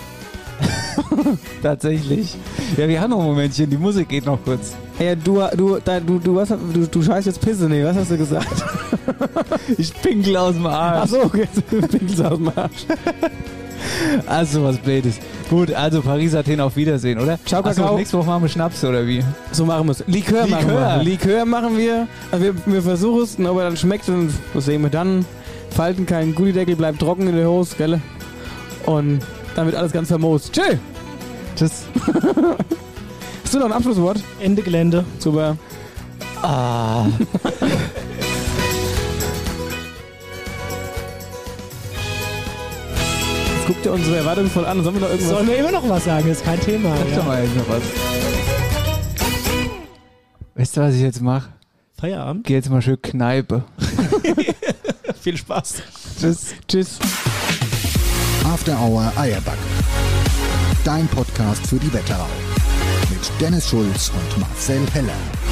Tatsächlich. Ja, wir haben noch ein Momentchen. Die Musik geht noch kurz. Hey, du, du, da, du, du, was, du, du scheißt jetzt Pisse, nee, was hast du [laughs] gesagt? Ich pinkel aus dem Arsch. Achso, [laughs] okay, pinkelst aus dem Arsch. Also was Blödes. Gut, also Paris, Athen, auf Wiedersehen, oder? Ciao, Achso, Kakao. nächste Woche machen wir Schnaps, oder wie? So machen wir es. Likör, machen Likör. wir. Likör machen wir. Also wir, wir versuchen es, und ob er dann schmeckt, dann das sehen wir dann. Falten keinen Gullideckel, bleibt trocken in der Hose, gell? Und dann wird alles ganz famos. Tschö! Tschüss. Hast du noch ein Abschlusswort? Ende Gelände. Super. Ah. Jetzt guckt ihr unsere Erwartungen voll an. Sollen wir noch irgendwas? Sollen wir immer noch was sagen? Ist kein Thema. Sag doch Ja. mal jetzt noch was. Weißt du, was ich jetzt mache? Feierabend. Geh jetzt mal schön Kneipe. Viel Spaß. Tschüss. Tschüss. After Hour Eierbacke. Dein Podcast für die Wetterau. Mit Dennis Schulz und Marcel Heller.